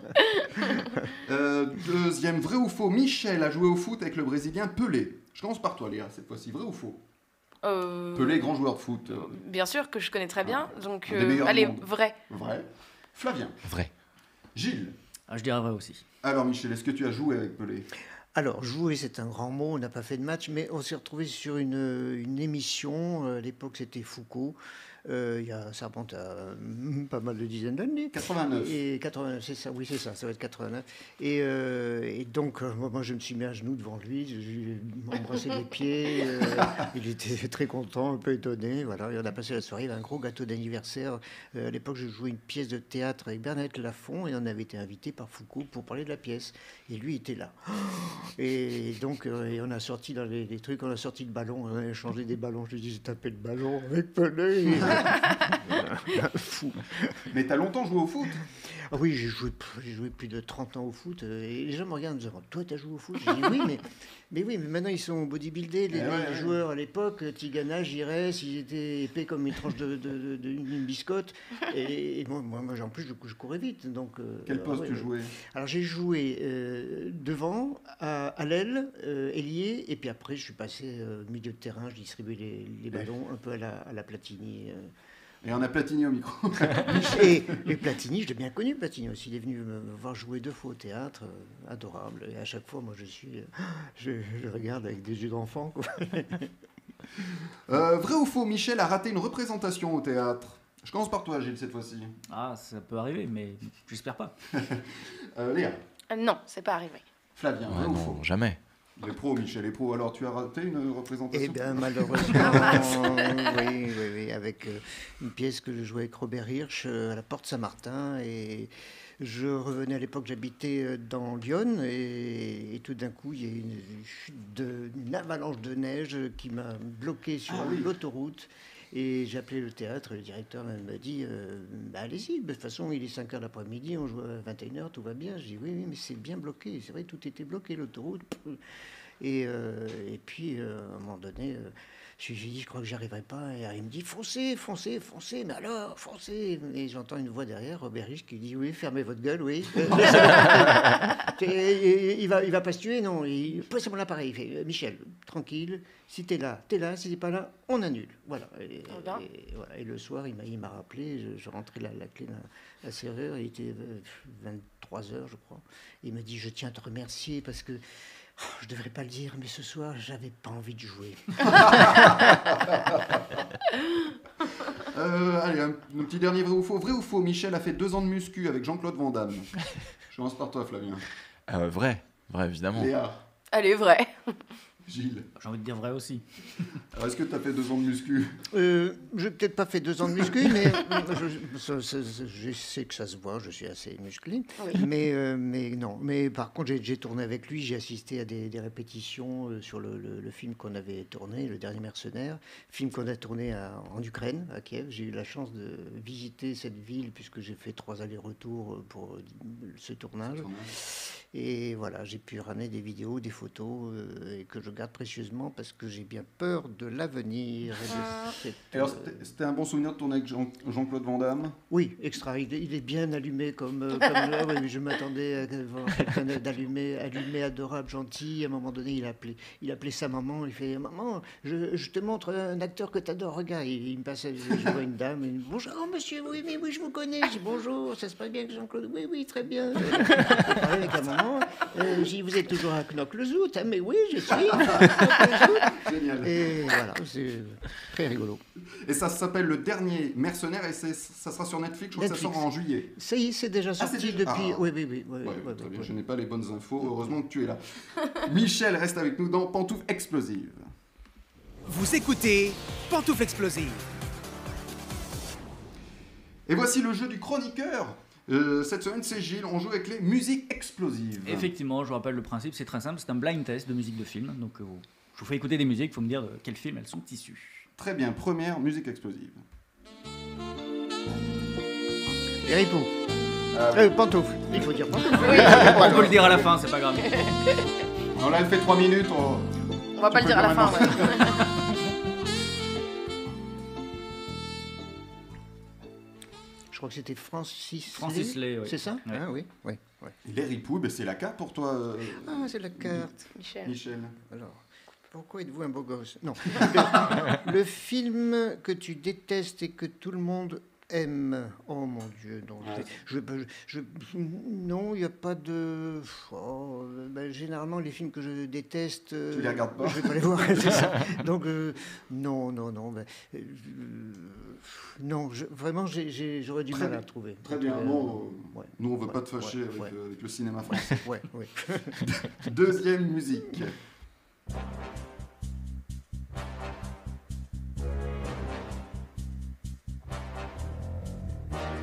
Speaker 2: Euh, Deuxième, vrai ou faux Michel a joué au foot avec le Brésilien Pelé. Je commence par toi, Léa, cette fois-ci. Vrai ou faux
Speaker 5: Euh,
Speaker 2: Pelé, grand joueur de foot. euh,
Speaker 5: Bien sûr que je connais très bien. Donc,
Speaker 2: Un des meilleurs
Speaker 5: euh, allez,
Speaker 2: du monde.
Speaker 5: vrai.
Speaker 2: vrai. Flavien.
Speaker 3: Vrai.
Speaker 2: Gilles.
Speaker 4: Ah, je dirais vrai aussi.
Speaker 2: Alors, Michel, est-ce que tu as joué avec Pelé
Speaker 6: Alors, jouer, c'est un grand mot, on n'a pas fait de match, mais on s'est retrouvé sur une, une émission, euh, à l'époque c'était Foucault, Euh, il y a, ça remonte à euh, pas mal de dizaines d'années.
Speaker 2: 89.
Speaker 6: Et 89, c'est ça, oui, c'est ça, ça va être 89. Et, euh, et donc, euh, moi, moi, je me suis mis à genoux devant lui, je je lui ai embrassé les pieds. euh, il était (laughs) très content, un peu étonné. Voilà, et on a passé la soirée, il y avait un gros gâteau d'anniversaire. Euh, à l'époque, je jouais une pièce de théâtre avec Bernadette Lafont et on avait été invité par Foucault pour parler de la pièce. Et lui était là. (gasps) Et donc, euh, et on a sorti dans les, les trucs, on a sorti le ballon, on a échangé des ballons. Je lui ai dit, j'ai tapé le ballon avec Pelé. (laughs) Fou.
Speaker 2: (laughs) Mais t'as longtemps joué au foot
Speaker 6: Ah oui, j'ai joué, pff, j'ai joué plus de 30 ans au foot. euh, Et les gens me regardent en me disant Toi, t'as joué au foot Je dis Oui, mais, mais oui, mais maintenant ils sont bodybuildés. Les,
Speaker 2: Eh ouais,
Speaker 6: les
Speaker 2: ouais.
Speaker 6: joueurs à l'époque, euh, Tigana, Giresse, ils étaient épais comme une tranche de, de, de- de- une biscotte. Et, et moi, moi, moi, en plus, je, cou- je courais vite. Donc, euh,
Speaker 2: Quel
Speaker 6: ah
Speaker 2: poste
Speaker 6: ouais,
Speaker 2: tu
Speaker 6: ouais.
Speaker 2: jouais
Speaker 6: Alors, j'ai joué euh, devant, à, à l'aile, euh, ailier. Et puis après, je suis passé euh, milieu de terrain. Je distribuais les, les ballons un peu à la, à la Platini. euh,
Speaker 2: Et on a Platini au micro.
Speaker 6: (laughs) et, et Platini, je l'ai bien connu, Platini aussi. Il est venu me me voir jouer deux fois au théâtre, euh, adorable. Et à chaque fois, moi, je suis. (gasps) euh, Je, je regarde avec des yeux d'enfant. quoi.
Speaker 2: Euh, vrai ou faux, Michel a raté une représentation au théâtre. Je commence par toi, Gilles, cette fois-ci.
Speaker 4: Ah, ça peut arriver, mais j'espère pas.
Speaker 2: (laughs) Euh, Léa,
Speaker 5: Euh, Non, c'est pas arrivé.
Speaker 2: Flavien,
Speaker 3: Ouais,
Speaker 2: vrai ou faux
Speaker 3: Ah non, jamais.
Speaker 2: Les pros, Michel, les pros. Alors, tu as raté une représentation
Speaker 6: Eh bien,
Speaker 2: (laughs)
Speaker 6: malheureusement, oui, oui, oui, avec euh, une pièce que je jouais avec Robert Hirsch euh, à la Porte Saint-Martin. Et je revenais à l'époque, j'habitais euh, dans Lyon. Et, et tout d'un coup, il y a eu une, chute de- une avalanche de neige qui m'a bloqué sur
Speaker 2: Ah oui.
Speaker 6: l'autoroute. Et j'ai appelé le théâtre, et le directeur même m'a dit euh, Bah, Allez-y, de toute façon, il est 5 h l'après-midi, on joue à 21h, tout va bien. J'ai dit Oui, oui, mais c'est bien bloqué. C'est vrai, tout était bloqué, l'autoroute. Et, euh, et puis, euh, à un moment donné, euh, je lui ai dit Je crois que j'y arriverai pas. Et il me dit Foncez, foncez, foncez, mais alors, foncez Et j'entends une voix derrière, Robert Rich, qui dit Oui, fermez votre gueule, oui. Et- et- et il, va, il va pas se tuer, non. Il pose mon appareil. Il fait, Michel, tranquille, si t'es là, t'es là, si t'es pas là, on annule. Voilà. Et,
Speaker 5: Ah ben.
Speaker 6: et voilà. Et le soir, il m'a- il m'a rappelé, je, je rentrais la, la clé dans la serrure, il était euh, 23h, je crois. Il m'a dit, je tiens à te remercier parce que oh, je devrais pas le dire, mais ce soir, j'avais pas envie de jouer.
Speaker 2: Euh, Allez, un, un petit dernier vrai ou faux. Vrai ou faux, Michel a fait deux ans de muscu avec Jean-Claude Van
Speaker 4: (laughs)
Speaker 2: Damme. Je commence par toi, Flavien.
Speaker 3: Euh, vrai, vrai, évidemment.
Speaker 2: Léa,
Speaker 5: Elle est vraie.
Speaker 2: Gilles.
Speaker 4: J'ai envie de dire vrai aussi.
Speaker 2: Alors, est-ce que t'as fait deux ans de muscu
Speaker 6: Euh, j'ai peut-être pas fait deux ans de muscu, mais je, ça- ça- ça- je sais que ça se voit, je suis assez musclé.
Speaker 5: Oui.
Speaker 6: Mais, euh, mais non, mais par contre, j'ai j'ai tourné avec lui, j'ai assisté à des, des répétitions euh, sur le, le- le film qu'on avait tourné, Le Dernier Mercenaire, film qu'on a tourné à- en Ukraine, à Kiev. J'ai eu la chance de visiter cette ville puisque j'ai fait trois allers-retours euh, pour euh, ce tournage. Et voilà, j'ai pu ramener des vidéos, des photos euh, et que je garde précieusement parce que j'ai bien peur de l'avenir. et de
Speaker 2: Ah.
Speaker 6: cette,
Speaker 2: Alors,
Speaker 6: euh,
Speaker 2: c'était- c'était un bon souvenir de tourner avec Jean- Jean-Claude Van Damme
Speaker 6: oui, extra. Il est, il est bien allumé comme. euh, comme là. Oui, oui, je m'attendais à voir quelqu'un d'allumé, allumé, adorable, gentil. À un moment donné, il appelait, il appelait sa maman. Il fait Maman, je, je te montre un acteur que t'adores. Regarde, il, il me passe. Je, je vois une dame. il me dit, bonjour, oh, monsieur. Oui, oui, oui, je vous connais. Je dis bonjour. Ça se passe bien avec Jean-Claude. Oui, oui, très bien. Je parlais avec la maman. Euh, j'ai dit, vous êtes toujours à knock le zout hein, Mais oui, je suis. à Knock-le-Zout.
Speaker 2: Génial.
Speaker 6: Ah, Et voilà, c'est euh, très rigolo.
Speaker 2: Et ça s'appelle Le Dernier Mercenaire et c'est- ça sera sur Netflix, je crois que ça
Speaker 6: Netflix.
Speaker 2: sort en juillet.
Speaker 6: Ça y est, c'est déjà sorti
Speaker 2: c'est déjà-
Speaker 6: depuis.
Speaker 2: Ah.
Speaker 6: Oui, oui, oui. oui,
Speaker 2: Ouais,
Speaker 6: oui,
Speaker 2: très
Speaker 6: oui,
Speaker 2: bien,
Speaker 6: oui.
Speaker 2: je n'ai pas les bonnes infos, heureusement que tu es là. Michel reste avec nous dans Pantoufles Explosives.
Speaker 1: Vous écoutez Pantoufle Explosive.
Speaker 2: Et voici le jeu du chroniqueur. Euh, cette semaine, c'est Gilles, on joue avec les musiques explosives.
Speaker 4: Effectivement, je vous rappelle le principe, c'est très simple, c'est un blind test de musique de film. Donc euh, vous- je vous fais écouter des musiques, il faut me dire de quel film elles sont issues.
Speaker 2: Très bien, première musique explosive.
Speaker 6: Les ripoux.
Speaker 2: Ah oui.
Speaker 6: Euh, pantoufles. Il faut dire
Speaker 2: (laughs)
Speaker 6: pantoufles.
Speaker 4: On peut le dire à la fin, c'est pas grave.
Speaker 2: Alors là, elle fait 3 minutes. on-
Speaker 5: On va
Speaker 2: Tu
Speaker 5: pas le
Speaker 2: peux
Speaker 5: dire à la
Speaker 2: dire
Speaker 5: fin.
Speaker 2: maintenant.
Speaker 5: ouais.
Speaker 2: (laughs)
Speaker 6: Je crois que c'était Francis.
Speaker 4: Francis Lay, oui.
Speaker 6: C'est ça
Speaker 4: Ouais.
Speaker 6: Ah, oui. oui. oui.
Speaker 2: Les ripoux, ben, c'est la carte pour toi, euh,
Speaker 6: Ah, c'est la carte.
Speaker 5: Michel.
Speaker 2: Mm. Michel.
Speaker 6: Alors, pourquoi êtes-vous un (laughs) beau gosse Non. Le, le film que tu détestes et que tout le monde M. Oh mon Dieu, non. je- Je, je- je- non, il n'y a pas de. oh, ben, généralement, les films que je déteste. euh,
Speaker 2: les regardes pas.
Speaker 6: Je vais pas les voir, c'est
Speaker 2: (laughs)
Speaker 6: ça. Donc, euh, non, non, non. ben, euh, non, je- vraiment, j'ai- j'ai- j'aurais du
Speaker 2: Très
Speaker 6: mal à
Speaker 2: bien.
Speaker 6: trouver.
Speaker 2: Très bien,
Speaker 6: Euh,
Speaker 2: bon, euh,
Speaker 6: ouais.
Speaker 2: Nous, on veut
Speaker 6: Ouais,
Speaker 2: pas te fâcher
Speaker 6: ouais,
Speaker 2: avec,
Speaker 6: ouais.
Speaker 2: euh, avec le cinéma français.
Speaker 6: (laughs) Ouais, ouais.
Speaker 2: (laughs) Deuxième musique.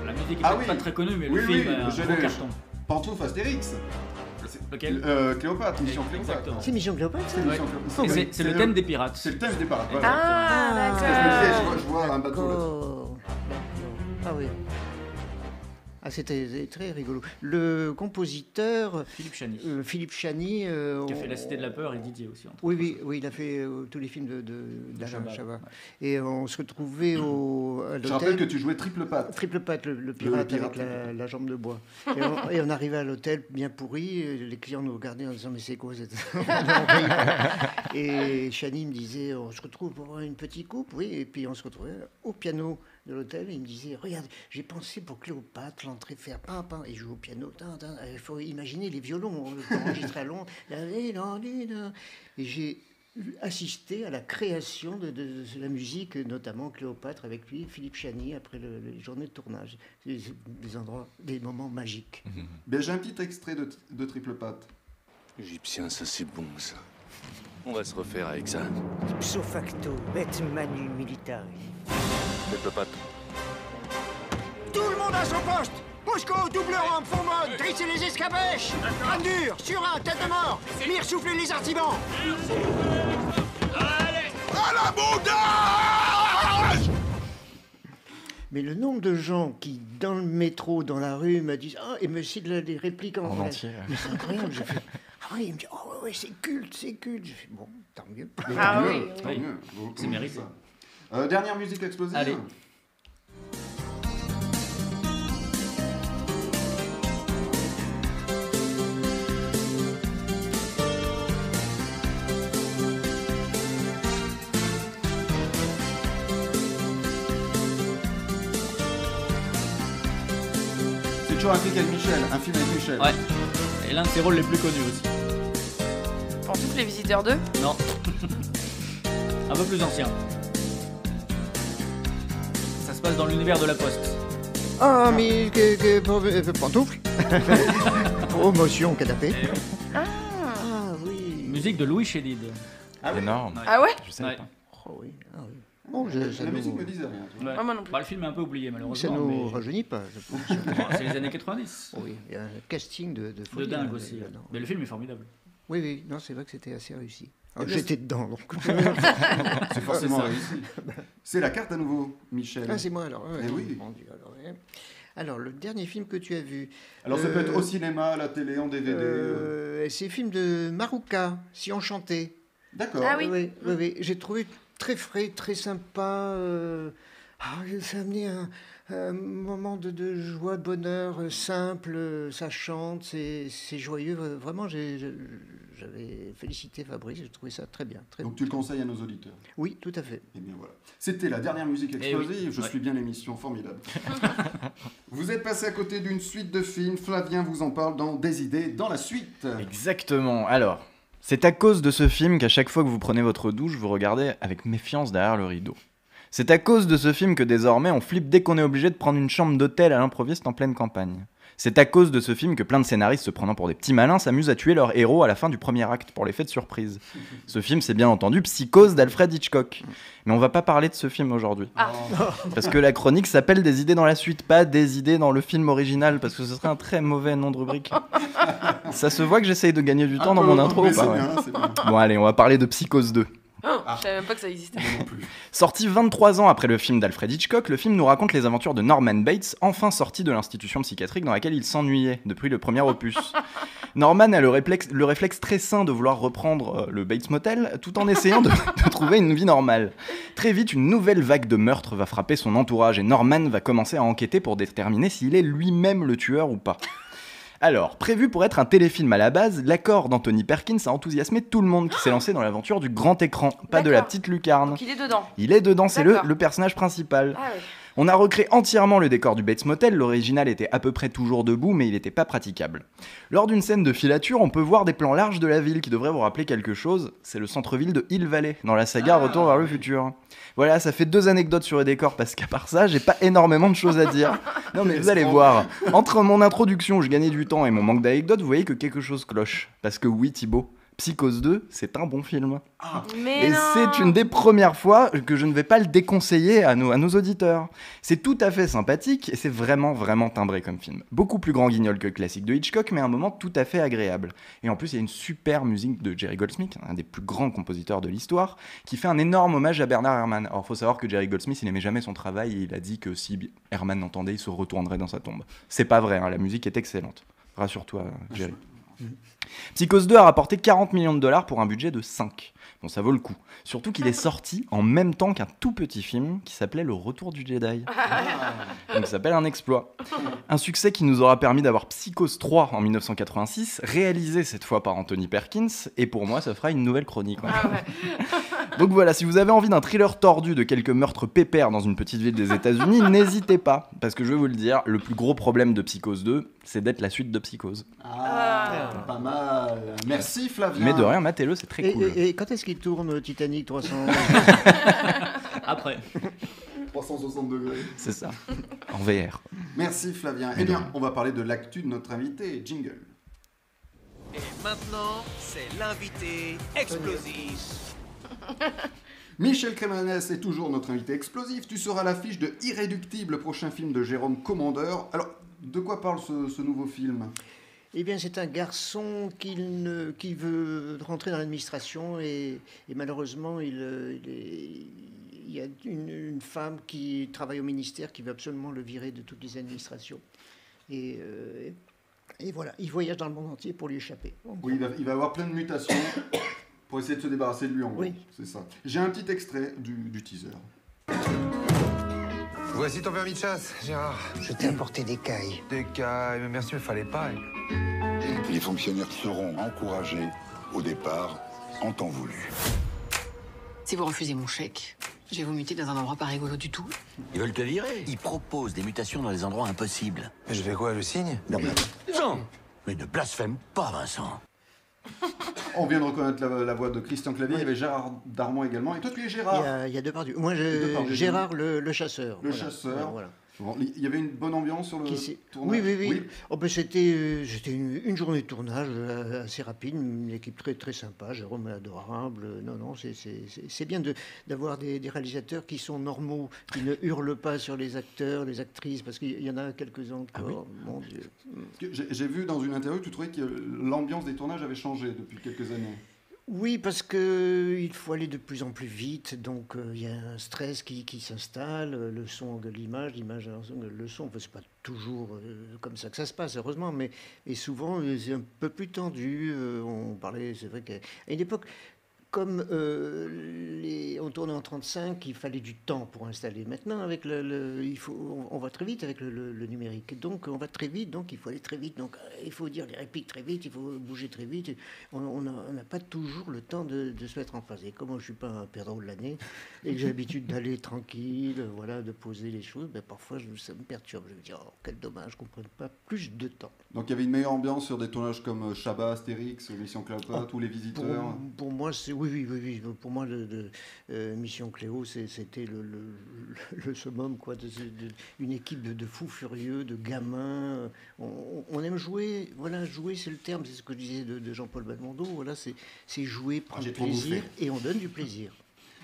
Speaker 4: La musique est
Speaker 2: Ah
Speaker 4: peut-être
Speaker 2: oui.
Speaker 4: pas très connue, mais le
Speaker 2: Oui,
Speaker 4: film
Speaker 2: oui,
Speaker 4: est un
Speaker 2: je
Speaker 4: gros
Speaker 2: l'ai.
Speaker 4: carton.
Speaker 2: Pantouf Astérix. C'est-
Speaker 4: Lequel
Speaker 2: Euh, Cléopâtre, Mission Cléopâtre.
Speaker 4: Exactement.
Speaker 6: C'est Mission Cléopâtre, ça
Speaker 2: C'est Mission
Speaker 4: Ouais.
Speaker 2: Cléopâtre.
Speaker 4: Et c'est- C'est le thème des pirates.
Speaker 2: C'est le thème des parades, voilà.
Speaker 5: Ah,
Speaker 6: Ah,
Speaker 2: Je me disais, je
Speaker 5: d'accord.
Speaker 2: vois, je vois un bateau là.
Speaker 6: D'accord. Ah oui. Ah, c'était très rigolo. Le compositeur
Speaker 4: Philippe Chani.
Speaker 6: euh, Philippe Chani. euh,
Speaker 4: Qui a
Speaker 6: on-
Speaker 4: fait La Cité de la Peur et Didier aussi. entre
Speaker 6: Oui,
Speaker 4: autres.
Speaker 6: oui, oui, il a fait euh, tous les films de, de- d'Alain
Speaker 4: Chabat,
Speaker 6: Chabat.
Speaker 4: ouais.
Speaker 6: Et on se retrouvait au, à
Speaker 2: Je rappelle
Speaker 6: l'hôtel.
Speaker 2: que tu jouais triple patte.
Speaker 6: Triple patte, le, le pirate avec
Speaker 2: pirate.
Speaker 6: la, la jambe de bois. Et on, et on arrivait à l'hôtel bien pourri, et les clients nous regardaient en disant Mais c'est quoi cette. (laughs) et Chani me disait On se retrouve pour une petite coupe, oui, et puis on se retrouvait au piano de l'hôtel. et Il me disait Regarde, j'ai pensé pour Cléopâtre, l'entrée faire pam, pam, et jouer au piano. Tin, tin. Il faut imaginer les violons on enregistré à Londres. La, la, la, la, la. Et j'ai assisté à la création de, de- de la musique, notamment Cléopâtre avec lui, Philippe Chani, après le, les journées de tournage. C'est- c'est Des endroits, des moments magiques.
Speaker 2: Ben, J'ai un petit extrait de, de triple patte.
Speaker 9: Égyptien, ça c'est bon ça. On va se refaire avec ça.
Speaker 8: Ipso facto, et manu militari.
Speaker 9: Ne peut pas.
Speaker 8: Tout le monde à son poste Bosco, double rampe, fond mode, drissez les escabèches Rame dure, sur un, tête de mort Mire, soufflez les artisans
Speaker 6: Mais le nombre de gens qui, dans le métro, dans la rue, me disent Ah, et me citent la- les répliques en,
Speaker 3: En
Speaker 6: vrai.
Speaker 3: entier, ouais.
Speaker 6: Mais c'est incroyable. J'ai fait Ah oui, il me dit Oh, ouais, ouais, c'est culte, c'est culte. J'ai fait, Bon, tant mieux.
Speaker 2: Mais tant
Speaker 5: Ah
Speaker 2: mieux,
Speaker 5: oui,
Speaker 2: tant
Speaker 4: oui.
Speaker 2: mieux. Vous-
Speaker 4: C'est
Speaker 2: vous-
Speaker 4: mérité.
Speaker 2: ça. Euh, dernière musique explosive.
Speaker 4: Allez.
Speaker 2: C'est toujours un film avec Michel. Un film avec Michel.
Speaker 4: Ouais. Et l'un de ses rôles les plus connus aussi.
Speaker 5: Pour tous les visiteurs 2.
Speaker 4: Non. un peu plus ancien. Ça se passe dans l'univers de la poste.
Speaker 6: Ah, mais que, que, pour- euh,
Speaker 5: (laughs)
Speaker 6: pantoufles Promotion canapé.
Speaker 5: Eh
Speaker 6: Ah oui.
Speaker 4: Musique de Louis Chédid.
Speaker 3: Énorme.
Speaker 5: Ah ouais
Speaker 3: Je savais
Speaker 4: Ouais.
Speaker 3: pas.
Speaker 6: Oh oui, ah oui. Bon, je- ça
Speaker 2: La
Speaker 6: nous-
Speaker 2: musique me disait rien. tu vois.
Speaker 4: Ouais.
Speaker 5: Ah, moi non plus.
Speaker 4: Bah, le film est un peu oublié
Speaker 6: Ça
Speaker 4: malheureusement.
Speaker 6: nous
Speaker 4: mais-
Speaker 6: rajeunit pas, je pense.
Speaker 4: (laughs) Bon, c'est les années 90.
Speaker 6: Oh oui, il y a un casting de, de
Speaker 4: De
Speaker 6: folie,
Speaker 4: dingue
Speaker 6: hein,
Speaker 4: aussi.
Speaker 6: là-dedans.
Speaker 4: Mais le film Eh ben, est formidable.
Speaker 6: Oui, oui, non, c'est vrai que c'était assez réussi. Ah,
Speaker 2: bien,
Speaker 6: J'étais dedans,
Speaker 4: (laughs)
Speaker 6: donc.
Speaker 2: C'est forcément
Speaker 4: ça.
Speaker 2: réussi. C'est la carte à nouveau, Michel.
Speaker 6: ah, c'est moi alors. ouais.
Speaker 2: Eh oui.
Speaker 6: Mon Dieu, alors, ouais. Alors, le dernier film que tu as vu,
Speaker 2: Alors, ça peut être
Speaker 6: Euh,
Speaker 2: au cinéma, à la télé, en DVD. euh.
Speaker 6: euh, c'est le film de Maruka, Si on chantait.
Speaker 2: D'accord.
Speaker 5: Ah oui.
Speaker 6: oui, oui, oui. J'ai trouvé très frais, très sympa. euh, ah, ça a amené un, un moment de, de joie, de bonheur, euh, simple. euh, Ça chante, c'est c'est joyeux. euh, Vraiment, j'ai- je- j'avais félicité Fabrice. J'ai trouvé ça très bien. Très
Speaker 2: Donc, tu le conseilles à nos auditeurs.
Speaker 6: Oui, tout à fait.
Speaker 2: Et bien voilà. C'était la dernière musique
Speaker 4: Eh oui.
Speaker 6: (laughs)
Speaker 2: explosive. Je
Speaker 4: Ouais.
Speaker 2: suis bien l'émission
Speaker 5: (laughs)
Speaker 2: formidable. vous êtes passé à côté d'une suite de films. Flavien vous en parle dans Des idées dans la suite.
Speaker 3: Exactement. Alors, c'est à cause de ce film qu'à chaque fois que vous prenez votre douche, vous regardez avec méfiance derrière le rideau. C'est à cause de ce film que désormais on flippe dès qu'on est obligé de prendre une chambre d'hôtel à l'improviste en pleine campagne. C'est à cause de ce film que plein de scénaristes se prenant pour des petits malins s'amusent à tuer leur héros à la fin du premier acte pour l'effet de surprise. Ce film, c'est bien entendu Psychose d'Alfred Hitchcock. Mais on va pas parler de ce film aujourd'hui.
Speaker 5: Ah.
Speaker 3: Oh. Parce que la chronique s'appelle Des idées dans la suite, pas Des idées dans le film original, parce que ce serait un très mauvais nom de
Speaker 2: (laughs)
Speaker 3: rubrique. Ça se voit que j'essaye de gagner du temps dans
Speaker 2: Ah,
Speaker 3: mon
Speaker 2: non,
Speaker 3: intro
Speaker 2: mais
Speaker 3: ou pas
Speaker 2: c'est
Speaker 3: ouais.
Speaker 2: bien, c'est bien.
Speaker 3: Bon allez, on va parler de Psychose 2.
Speaker 5: Oh, Je savais même pas que ça existait.
Speaker 2: Moi Ah. non plus.
Speaker 3: Sorti 23 ans après le film d'Alfred Hitchcock, le film nous raconte les aventures de Norman Bates, enfin sorti de l'institution psychiatrique dans laquelle il s'ennuyait depuis le
Speaker 5: (laughs)
Speaker 3: premier opus. Norman a le réflexe, le réflexe très sain de vouloir reprendre euh, le Bates Motel tout en essayant de, (laughs) de trouver une vie normale. Très vite, une nouvelle vague de meurtres va frapper son entourage et Norman va commencer à enquêter pour déterminer s'il est lui-même le tueur ou pas. Alors, prévu pour être un téléfilm à la base, l'accord d'Anthony Perkins a enthousiasmé tout le monde qui s'est lancé dans l'aventure du grand écran, pas de la
Speaker 5: D'accord.
Speaker 3: petite lucarne.
Speaker 5: Donc il est dedans.
Speaker 3: Il est dedans, c'est le,
Speaker 5: D'accord.
Speaker 3: le personnage principal.
Speaker 5: Ah ouais.
Speaker 3: On a recréé entièrement le décor du Bates Motel, l'original était à peu près toujours debout, mais il n'était pas praticable. Lors d'une scène de filature, on peut voir des plans larges de la ville qui devraient vous rappeler quelque chose, c'est le centre-ville de Hill Valley, dans la saga
Speaker 5: Ah
Speaker 3: Retour vers le futur. Voilà, ça fait deux anecdotes sur les décors, parce qu'à part ça, j'ai pas énormément de choses
Speaker 5: (laughs)
Speaker 3: à dire. Non mais vous allez voir, entre mon introduction où je gagnais du temps et mon manque d'anecdotes, vous voyez que quelque chose cloche. Parce que oui Thibaut, Psychose 2, c'est un bon film.
Speaker 5: Mais
Speaker 3: Et
Speaker 5: non.
Speaker 3: c'est une des premières fois que je ne vais pas le déconseiller à nos, à nos auditeurs. C'est tout à fait sympathique et c'est vraiment, vraiment timbré comme film. Beaucoup plus grand guignol que le classique de Hitchcock, mais un moment tout à fait agréable. Et en plus, il y a une super musique de Jerry Goldsmith, un des plus grands compositeurs de l'histoire, qui fait un énorme hommage à Bernard Herrmann. Alors, faut savoir que Jerry Goldsmith, il n'aimait jamais son travail et il a dit que si Herrmann l'entendait, il se retournerait dans sa tombe. C'est pas vrai, hein, la musique est excellente. Rassure-toi, Jerry. Psychose 2 a rapporté 40 millions de dollars pour un budget de 5. Bon, ça vaut le coup.
Speaker 5: (laughs)
Speaker 3: Surtout qu'il est sorti en même temps qu'un tout petit film qui s'appelait Le Retour
Speaker 5: (laughs)
Speaker 3: du Jedi.
Speaker 5: Ah.
Speaker 3: Donc ça s'appelle un exploit. Un succès qui nous aura permis d'avoir Psychose 3 en 1986, réalisé cette fois par Anthony Perkins, et pour moi, ça fera une nouvelle chronique. en fait.
Speaker 5: Ah ouais.
Speaker 3: (laughs) Donc voilà, si vous avez envie d'un thriller tordu de quelques meurtres pépères dans une petite ville
Speaker 5: (laughs)
Speaker 3: des États-Unis, n'hésitez pas. Parce que je vais vous le dire, le plus gros problème de Psychose 2, c'est d'être la suite de Psychose.
Speaker 2: Ah, pas mal. Merci Flavien.
Speaker 3: Mais de rien, matez-le, c'est très
Speaker 6: Et,
Speaker 3: cool.
Speaker 6: et- et quand est-ce qu'il tourne euh, Titanic 300
Speaker 4: (laughs)
Speaker 6: (laughs)
Speaker 4: Après.
Speaker 2: 360 degrés.
Speaker 3: C'est ça. En VR.
Speaker 2: (laughs) Merci Flavien. Eh bien, on va parler de l'actu de notre invité, Jingle. (laughs)
Speaker 1: Et maintenant, c'est l'invité explosif.
Speaker 2: Michel Crémanès est toujours notre invité explosif. Tu seras à l'affiche de Irréductible, le prochain film de Jérôme Commandeur. Alors, de quoi parle ce, ce nouveau film
Speaker 6: Eh bien, c'est un garçon qui, ne- qui veut rentrer dans l'administration et, et malheureusement, il, euh, il est- il y a une, une femme qui travaille au ministère qui veut absolument le virer de toutes les administrations. Et, euh, et voilà, il voyage dans le monde entier pour lui échapper.
Speaker 2: Oui, il va, il va avoir plein de mutations (coughs) pour essayer de se débarrasser de lui en gros.
Speaker 6: Oui.
Speaker 2: C'est ça. J'ai un petit extrait du, du teaser.
Speaker 10: Voici ton permis de chasse, Gérard.
Speaker 8: Je t'ai apporté des cailles.
Speaker 10: Des cailles, mais merci, mais fallait pas.
Speaker 11: Les fonctionnaires seront encouragés au départ en temps voulu.
Speaker 10: Si vous refusez mon chèque, je vais vous muter dans un endroit pas rigolo du tout.
Speaker 7: Ils veulent te virer. Ils proposent des mutations dans des endroits impossibles.
Speaker 10: Mais je fais quoi, le signe
Speaker 11: Non, mais
Speaker 7: Non Mais ne blasphème pas, Vincent.
Speaker 2: (laughs) On vient de reconnaître la, la voix de Christian Clavier. Il y avait Gérard Darmon également. Et toi, tu es
Speaker 6: Il y
Speaker 2: Gérard
Speaker 6: a, il y a deux parties. Moi,
Speaker 2: a deux parties.
Speaker 6: je, Gérard, le, le chasseur.
Speaker 2: Le
Speaker 6: Voilà,
Speaker 2: chasseur.
Speaker 6: voilà.
Speaker 2: Bon, il y avait une bonne ambiance sur le
Speaker 6: Qui c'est-
Speaker 2: tournage.
Speaker 6: Oui, oui, oui. Oh, ben, c'était euh, c'était une, une journée de tournage euh, assez rapide, une équipe très, très sympa, Jérôme est adorable. Euh, Non, non, c'est- c'est c'est- c'est bien de- d'avoir des, des réalisateurs qui sont normaux, qui ne hurlent pas sur les acteurs, les actrices, parce qu'il y en a quelques-uns encore. Oh, Mon Dieu.
Speaker 2: Que- J'ai j'ai vu dans une interview que tu trouvais que l'ambiance des tournages avait changé depuis quelques années.
Speaker 6: Oui, parce que il faut aller de plus en plus vite, donc euh, il y a un stress qui, qui s'installe, euh, le son engueule l'image, l'image engueule le son. Enfin, c'est pas toujours euh, comme ça que ça se passe, heureusement, mais et souvent euh, c'est un peu plus tendu. euh, on parlait, c'est vrai qu'à à une époque, comme euh, les- on tournait en 35, il fallait du temps pour installer. Maintenant, avec le, le- il faut, on, on va très vite avec le, le- le numérique. Donc, on va très vite, donc il faut aller très vite. Donc, euh, il faut dire les répliques très vite, il faut bouger très vite. On- On n'a on n'a pas toujours le temps de, de se mettre en phase. Et comme je ne suis pas un perdant de l'année et que j'ai l'habitude d'aller tranquille, voilà, de poser les choses, ben, parfois je- ça me perturbe. Je me dis, oh, quel dommage qu'on ne prenne pas plus de temps.
Speaker 2: Donc il y avait une meilleure ambiance sur des tournages comme euh, Shabba, Astérix, Mission Cléopâtre, tous les
Speaker 6: Oh, Pour,
Speaker 2: visiteurs.
Speaker 6: pour moi, c'est oui, oui, oui, oui. Pour moi, le, le, euh, Mission Cléo, c'est- c'était le, le, le summum, quoi. de- de- une équipe de, de fous furieux, de gamins. On, on aime jouer. Voilà, jouer, c'est le terme. C'est ce que je disais de, de Jean-Paul Belmondo. Voilà, c'est c'est jouer, prendre
Speaker 2: j'ai trop
Speaker 6: plaisir,
Speaker 2: bouffé.
Speaker 6: et on donne du plaisir.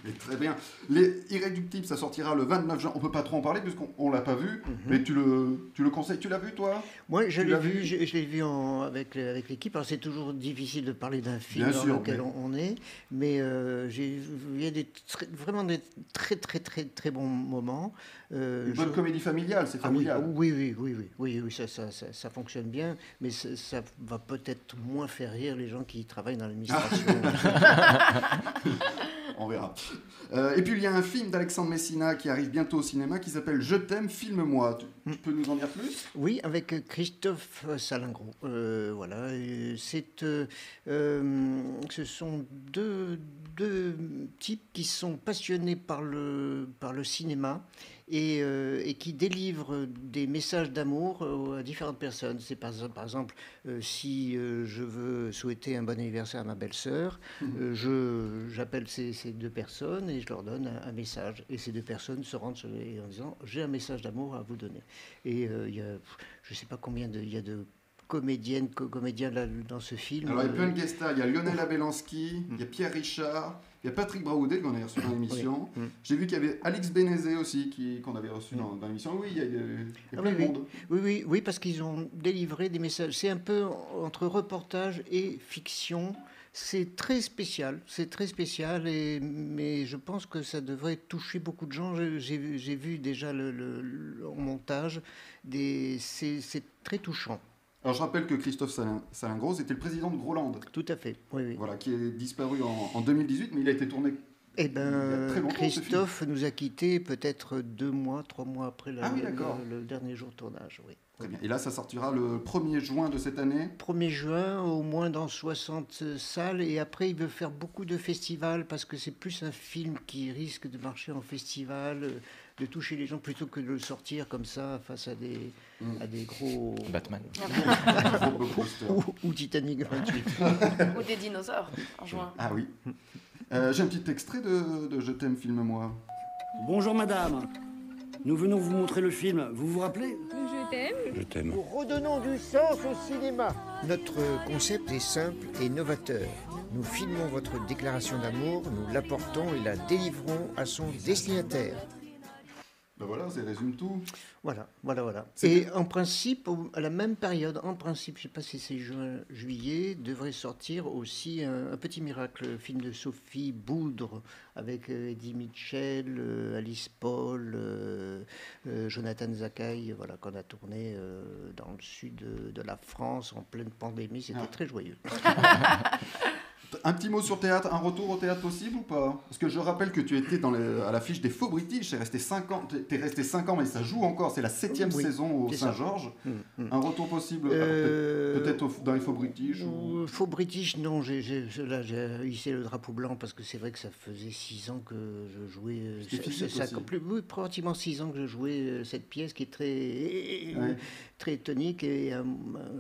Speaker 2: Et très bien. Les Irréductibles, ça sortira le 29 juin. On peut pas trop en parler puisqu'on on l'a pas vu. Mais tu le, tu le conseilles. Tu l'as vu toi
Speaker 6: Mhm. Moi, je
Speaker 2: Tu
Speaker 6: l'ai
Speaker 2: l'as
Speaker 6: vu,
Speaker 2: vu
Speaker 6: je, je l'ai vu en- avec, le- avec l'équipe. Alors, c'est toujours difficile de parler d'un film
Speaker 2: Bien
Speaker 6: dans
Speaker 2: sûr,
Speaker 6: lequel
Speaker 2: mais-
Speaker 6: on, on est, mais euh, j'ai- il y a des tr- vraiment des très, très, très, très bons moments. Euh,
Speaker 2: Une bonne
Speaker 6: je-
Speaker 2: comédie familiale, c'est
Speaker 6: Ah oui,
Speaker 2: familial.
Speaker 6: oui, oui, oui, oui, oui, oui, ça, ça, ça, ça fonctionne bien, mais ça, ça va peut-être moins faire rire les gens qui travaillent dans
Speaker 2: (laughs)
Speaker 6: l'administration. (laughs)
Speaker 2: On verra. Euh, et puis il y a un film d'Alexandre Messina qui arrive bientôt au cinéma qui s'appelle Je t'aime, filme-moi. Tu, tu peux nous en dire plus
Speaker 6: oui, avec euh, Christophe Salingro. Euh, voilà, et c'est, euh, euh, ce sont deux, deux types qui sont passionnés par le, par le cinéma et, euh, et qui délivrent des messages d'amour euh, à différentes personnes. C'est par, exemple- par exemple, euh, si euh, je veux souhaiter un bon anniversaire à ma belle-sœur, euh, je- j'appelle ces, ces deux personnes et je leur donne un, un message. Et ces deux personnes se rendent sur les- en disant j'ai un message d'amour à vous donner. Et euh, il y a, pff, je ne sais pas combien de, il y a de comédiennes, co- comédiens là- dans ce film.
Speaker 2: Alors, il y a plein de
Speaker 6: Euh,
Speaker 2: guest stars. Il y a Lionel Abelansky, il y a Pierre Richard, il y a Patrick Braoudet qu'on a reçu dans l'émission.
Speaker 6: Oui. Mm.
Speaker 2: J'ai vu qu'il y avait Alex Bénézé aussi qui- qu'on avait reçu dans, dans l'émission. Oui, il y a, il y a- il y a
Speaker 6: Ah
Speaker 2: plein
Speaker 6: oui,
Speaker 2: de
Speaker 6: oui.
Speaker 2: monde.
Speaker 6: Oui, oui, oui, parce qu'ils ont délivré des messages. C'est un peu entre reportage et fiction. C'est très spécial, c'est très spécial, et, mais je pense que ça devrait toucher beaucoup de gens. Je- J'ai vu- j'ai vu déjà le, le- le- en montage, des- c'est c'est très touchant.
Speaker 2: Alors, je rappelle que Christophe Salin- Salingros était le président de Groland.
Speaker 6: Tout à fait,
Speaker 2: Voilà, qui est disparu en, en 2018, mais il a été tourné.
Speaker 6: Eh
Speaker 2: Il y a très
Speaker 6: ben,
Speaker 2: longtemps, ce film.
Speaker 6: Christophe nous a quittés peut-être deux mois, trois mois après la-
Speaker 2: Ah oui,
Speaker 6: le-
Speaker 2: d'accord.
Speaker 6: le, le dernier jour de tournage. Oui.
Speaker 2: Très bien. Et là, ça sortira le 1er juin de cette année.
Speaker 6: 1er juin, au moins dans 60 salles, et après il veut faire beaucoup de festivals parce que c'est plus un film qui risque de marcher en festival, euh, de toucher les gens plutôt que de le sortir comme ça face à des,
Speaker 12: Mm.
Speaker 6: à des gros.
Speaker 3: Batman.
Speaker 6: ou, ou Titanic 28.
Speaker 2: (laughs)
Speaker 5: Ou des dinosaures, en juin.
Speaker 2: Ah oui. Euh, J'ai un petit extrait de, de Je t'aime, filme-moi.
Speaker 13: Bonjour madame. Nous venons vous montrer le film. Vous vous rappelez
Speaker 14: Je t'aime.
Speaker 13: Je t'aime.
Speaker 6: redonnons du sens au cinéma.
Speaker 12: Notre concept est simple et novateur. Nous filmons votre déclaration d'amour, nous l'apportons et la délivrons à son destinataire.
Speaker 2: Ben voilà, ça résume tout.
Speaker 6: Voilà, voilà, voilà. Et en principe, au- à la même période, en principe, je sais pas si c'est juin, juillet, devrait sortir aussi un, un petit miracle, le film de Sophie Boudre, avec euh, Eddie Mitchell, euh, Alice Paul, euh, euh, Jonathan Zakaï, euh, voilà, qu'on a tourné euh, dans le sud de, de la France en pleine pandémie. C'était très joyeux.
Speaker 2: Un petit mot sur théâtre, un retour au théâtre possible ou pas Parce que je rappelle que tu étais dans le- à l'affiche des Faux British, t'es resté 5 ans, t'es- t'es resté 5 ans mais ça joue encore, c'est la 7ème
Speaker 6: Oui,
Speaker 2: saison au
Speaker 6: c'est ça.
Speaker 2: Saint-Georges.
Speaker 6: Mm, mm.
Speaker 2: Un retour possible alors,
Speaker 6: Euh,
Speaker 2: peut- peut-être au- dans les Faux British ou-
Speaker 6: Euh, Faux British, non, j'ai, j'ai- là j'ai euh, hissé le drapeau blanc parce que c'est vrai que ça faisait six ans que je jouais. euh,
Speaker 2: C'était
Speaker 6: ça-
Speaker 2: physique
Speaker 6: ça-
Speaker 2: aussi.
Speaker 6: plus, oui, pratiquement six ans que je jouais euh, cette pièce qui est très,
Speaker 2: Ouais.
Speaker 6: très tonique. Et un,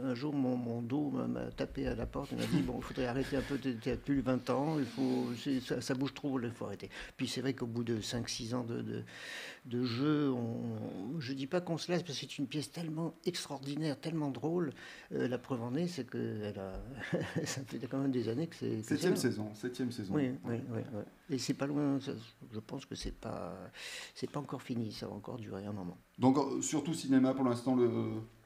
Speaker 6: un jour, mon, mon dos m'a, m'a tapé à la porte et m'a dit Bon, il faudrait arrêter un peu, tu as plus de 20 ans, il faut, c'est- ça, ça bouge trop, il faut arrêter. Puis c'est vrai qu'au bout de 5-6 ans de, de, de jeu, on, je dis pas qu'on se lasse parce que c'est une pièce tellement extraordinaire, tellement drôle. Euh, la preuve en est, c'est que elle a- (laughs) ça fait quand même des années que c'est. que c'est
Speaker 2: Septième
Speaker 6: là.
Speaker 2: saison, septième saison.
Speaker 6: Oui, oui, oui, oui. Et c'est pas loin. ça- je pense que c'est pas, c'est pas encore fini. Ça va encore durer un moment.
Speaker 2: Donc euh, surtout cinéma pour l'instant, le...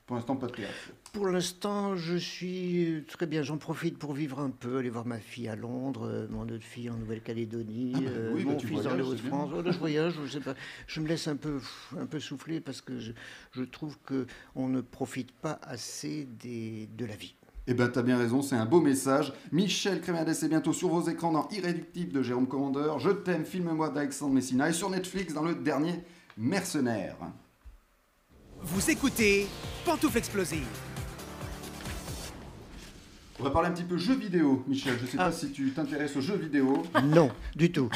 Speaker 2: pour l'instant pas de théâtre.
Speaker 6: Pour l'instant, je suis euh, très bien. J'en profite pour vivre un peu, aller voir ma fille à Londres, euh, mon autre fille en Nouvelle-Calédonie,
Speaker 2: Ah bah
Speaker 6: euh,
Speaker 2: oui, bah
Speaker 6: mon
Speaker 2: tu
Speaker 6: fils dans les
Speaker 2: voyages, c'est
Speaker 6: Hauts-de-France.
Speaker 2: bien.
Speaker 6: Voilà, je voyage, je sais pas. Je me laisse un peu, un peu souffler parce que je, je trouve que on ne profite pas assez des, de la vie.
Speaker 2: Eh ben, t'as bien raison, c'est un beau message. Michel Crémades est bientôt sur vos écrans dans Irréductible de Jérôme Commandeur. Je t'aime, filme-moi d'Alexandre Messina et sur Netflix dans le dernier Mercenaire.
Speaker 1: Vous écoutez Pantoufle Explosive.
Speaker 2: On va parler un petit peu jeux vidéo, Michel. Je sais
Speaker 1: Ah.
Speaker 2: pas si tu t'intéresses aux jeux vidéo.
Speaker 6: Non, du
Speaker 2: (laughs)
Speaker 6: tout.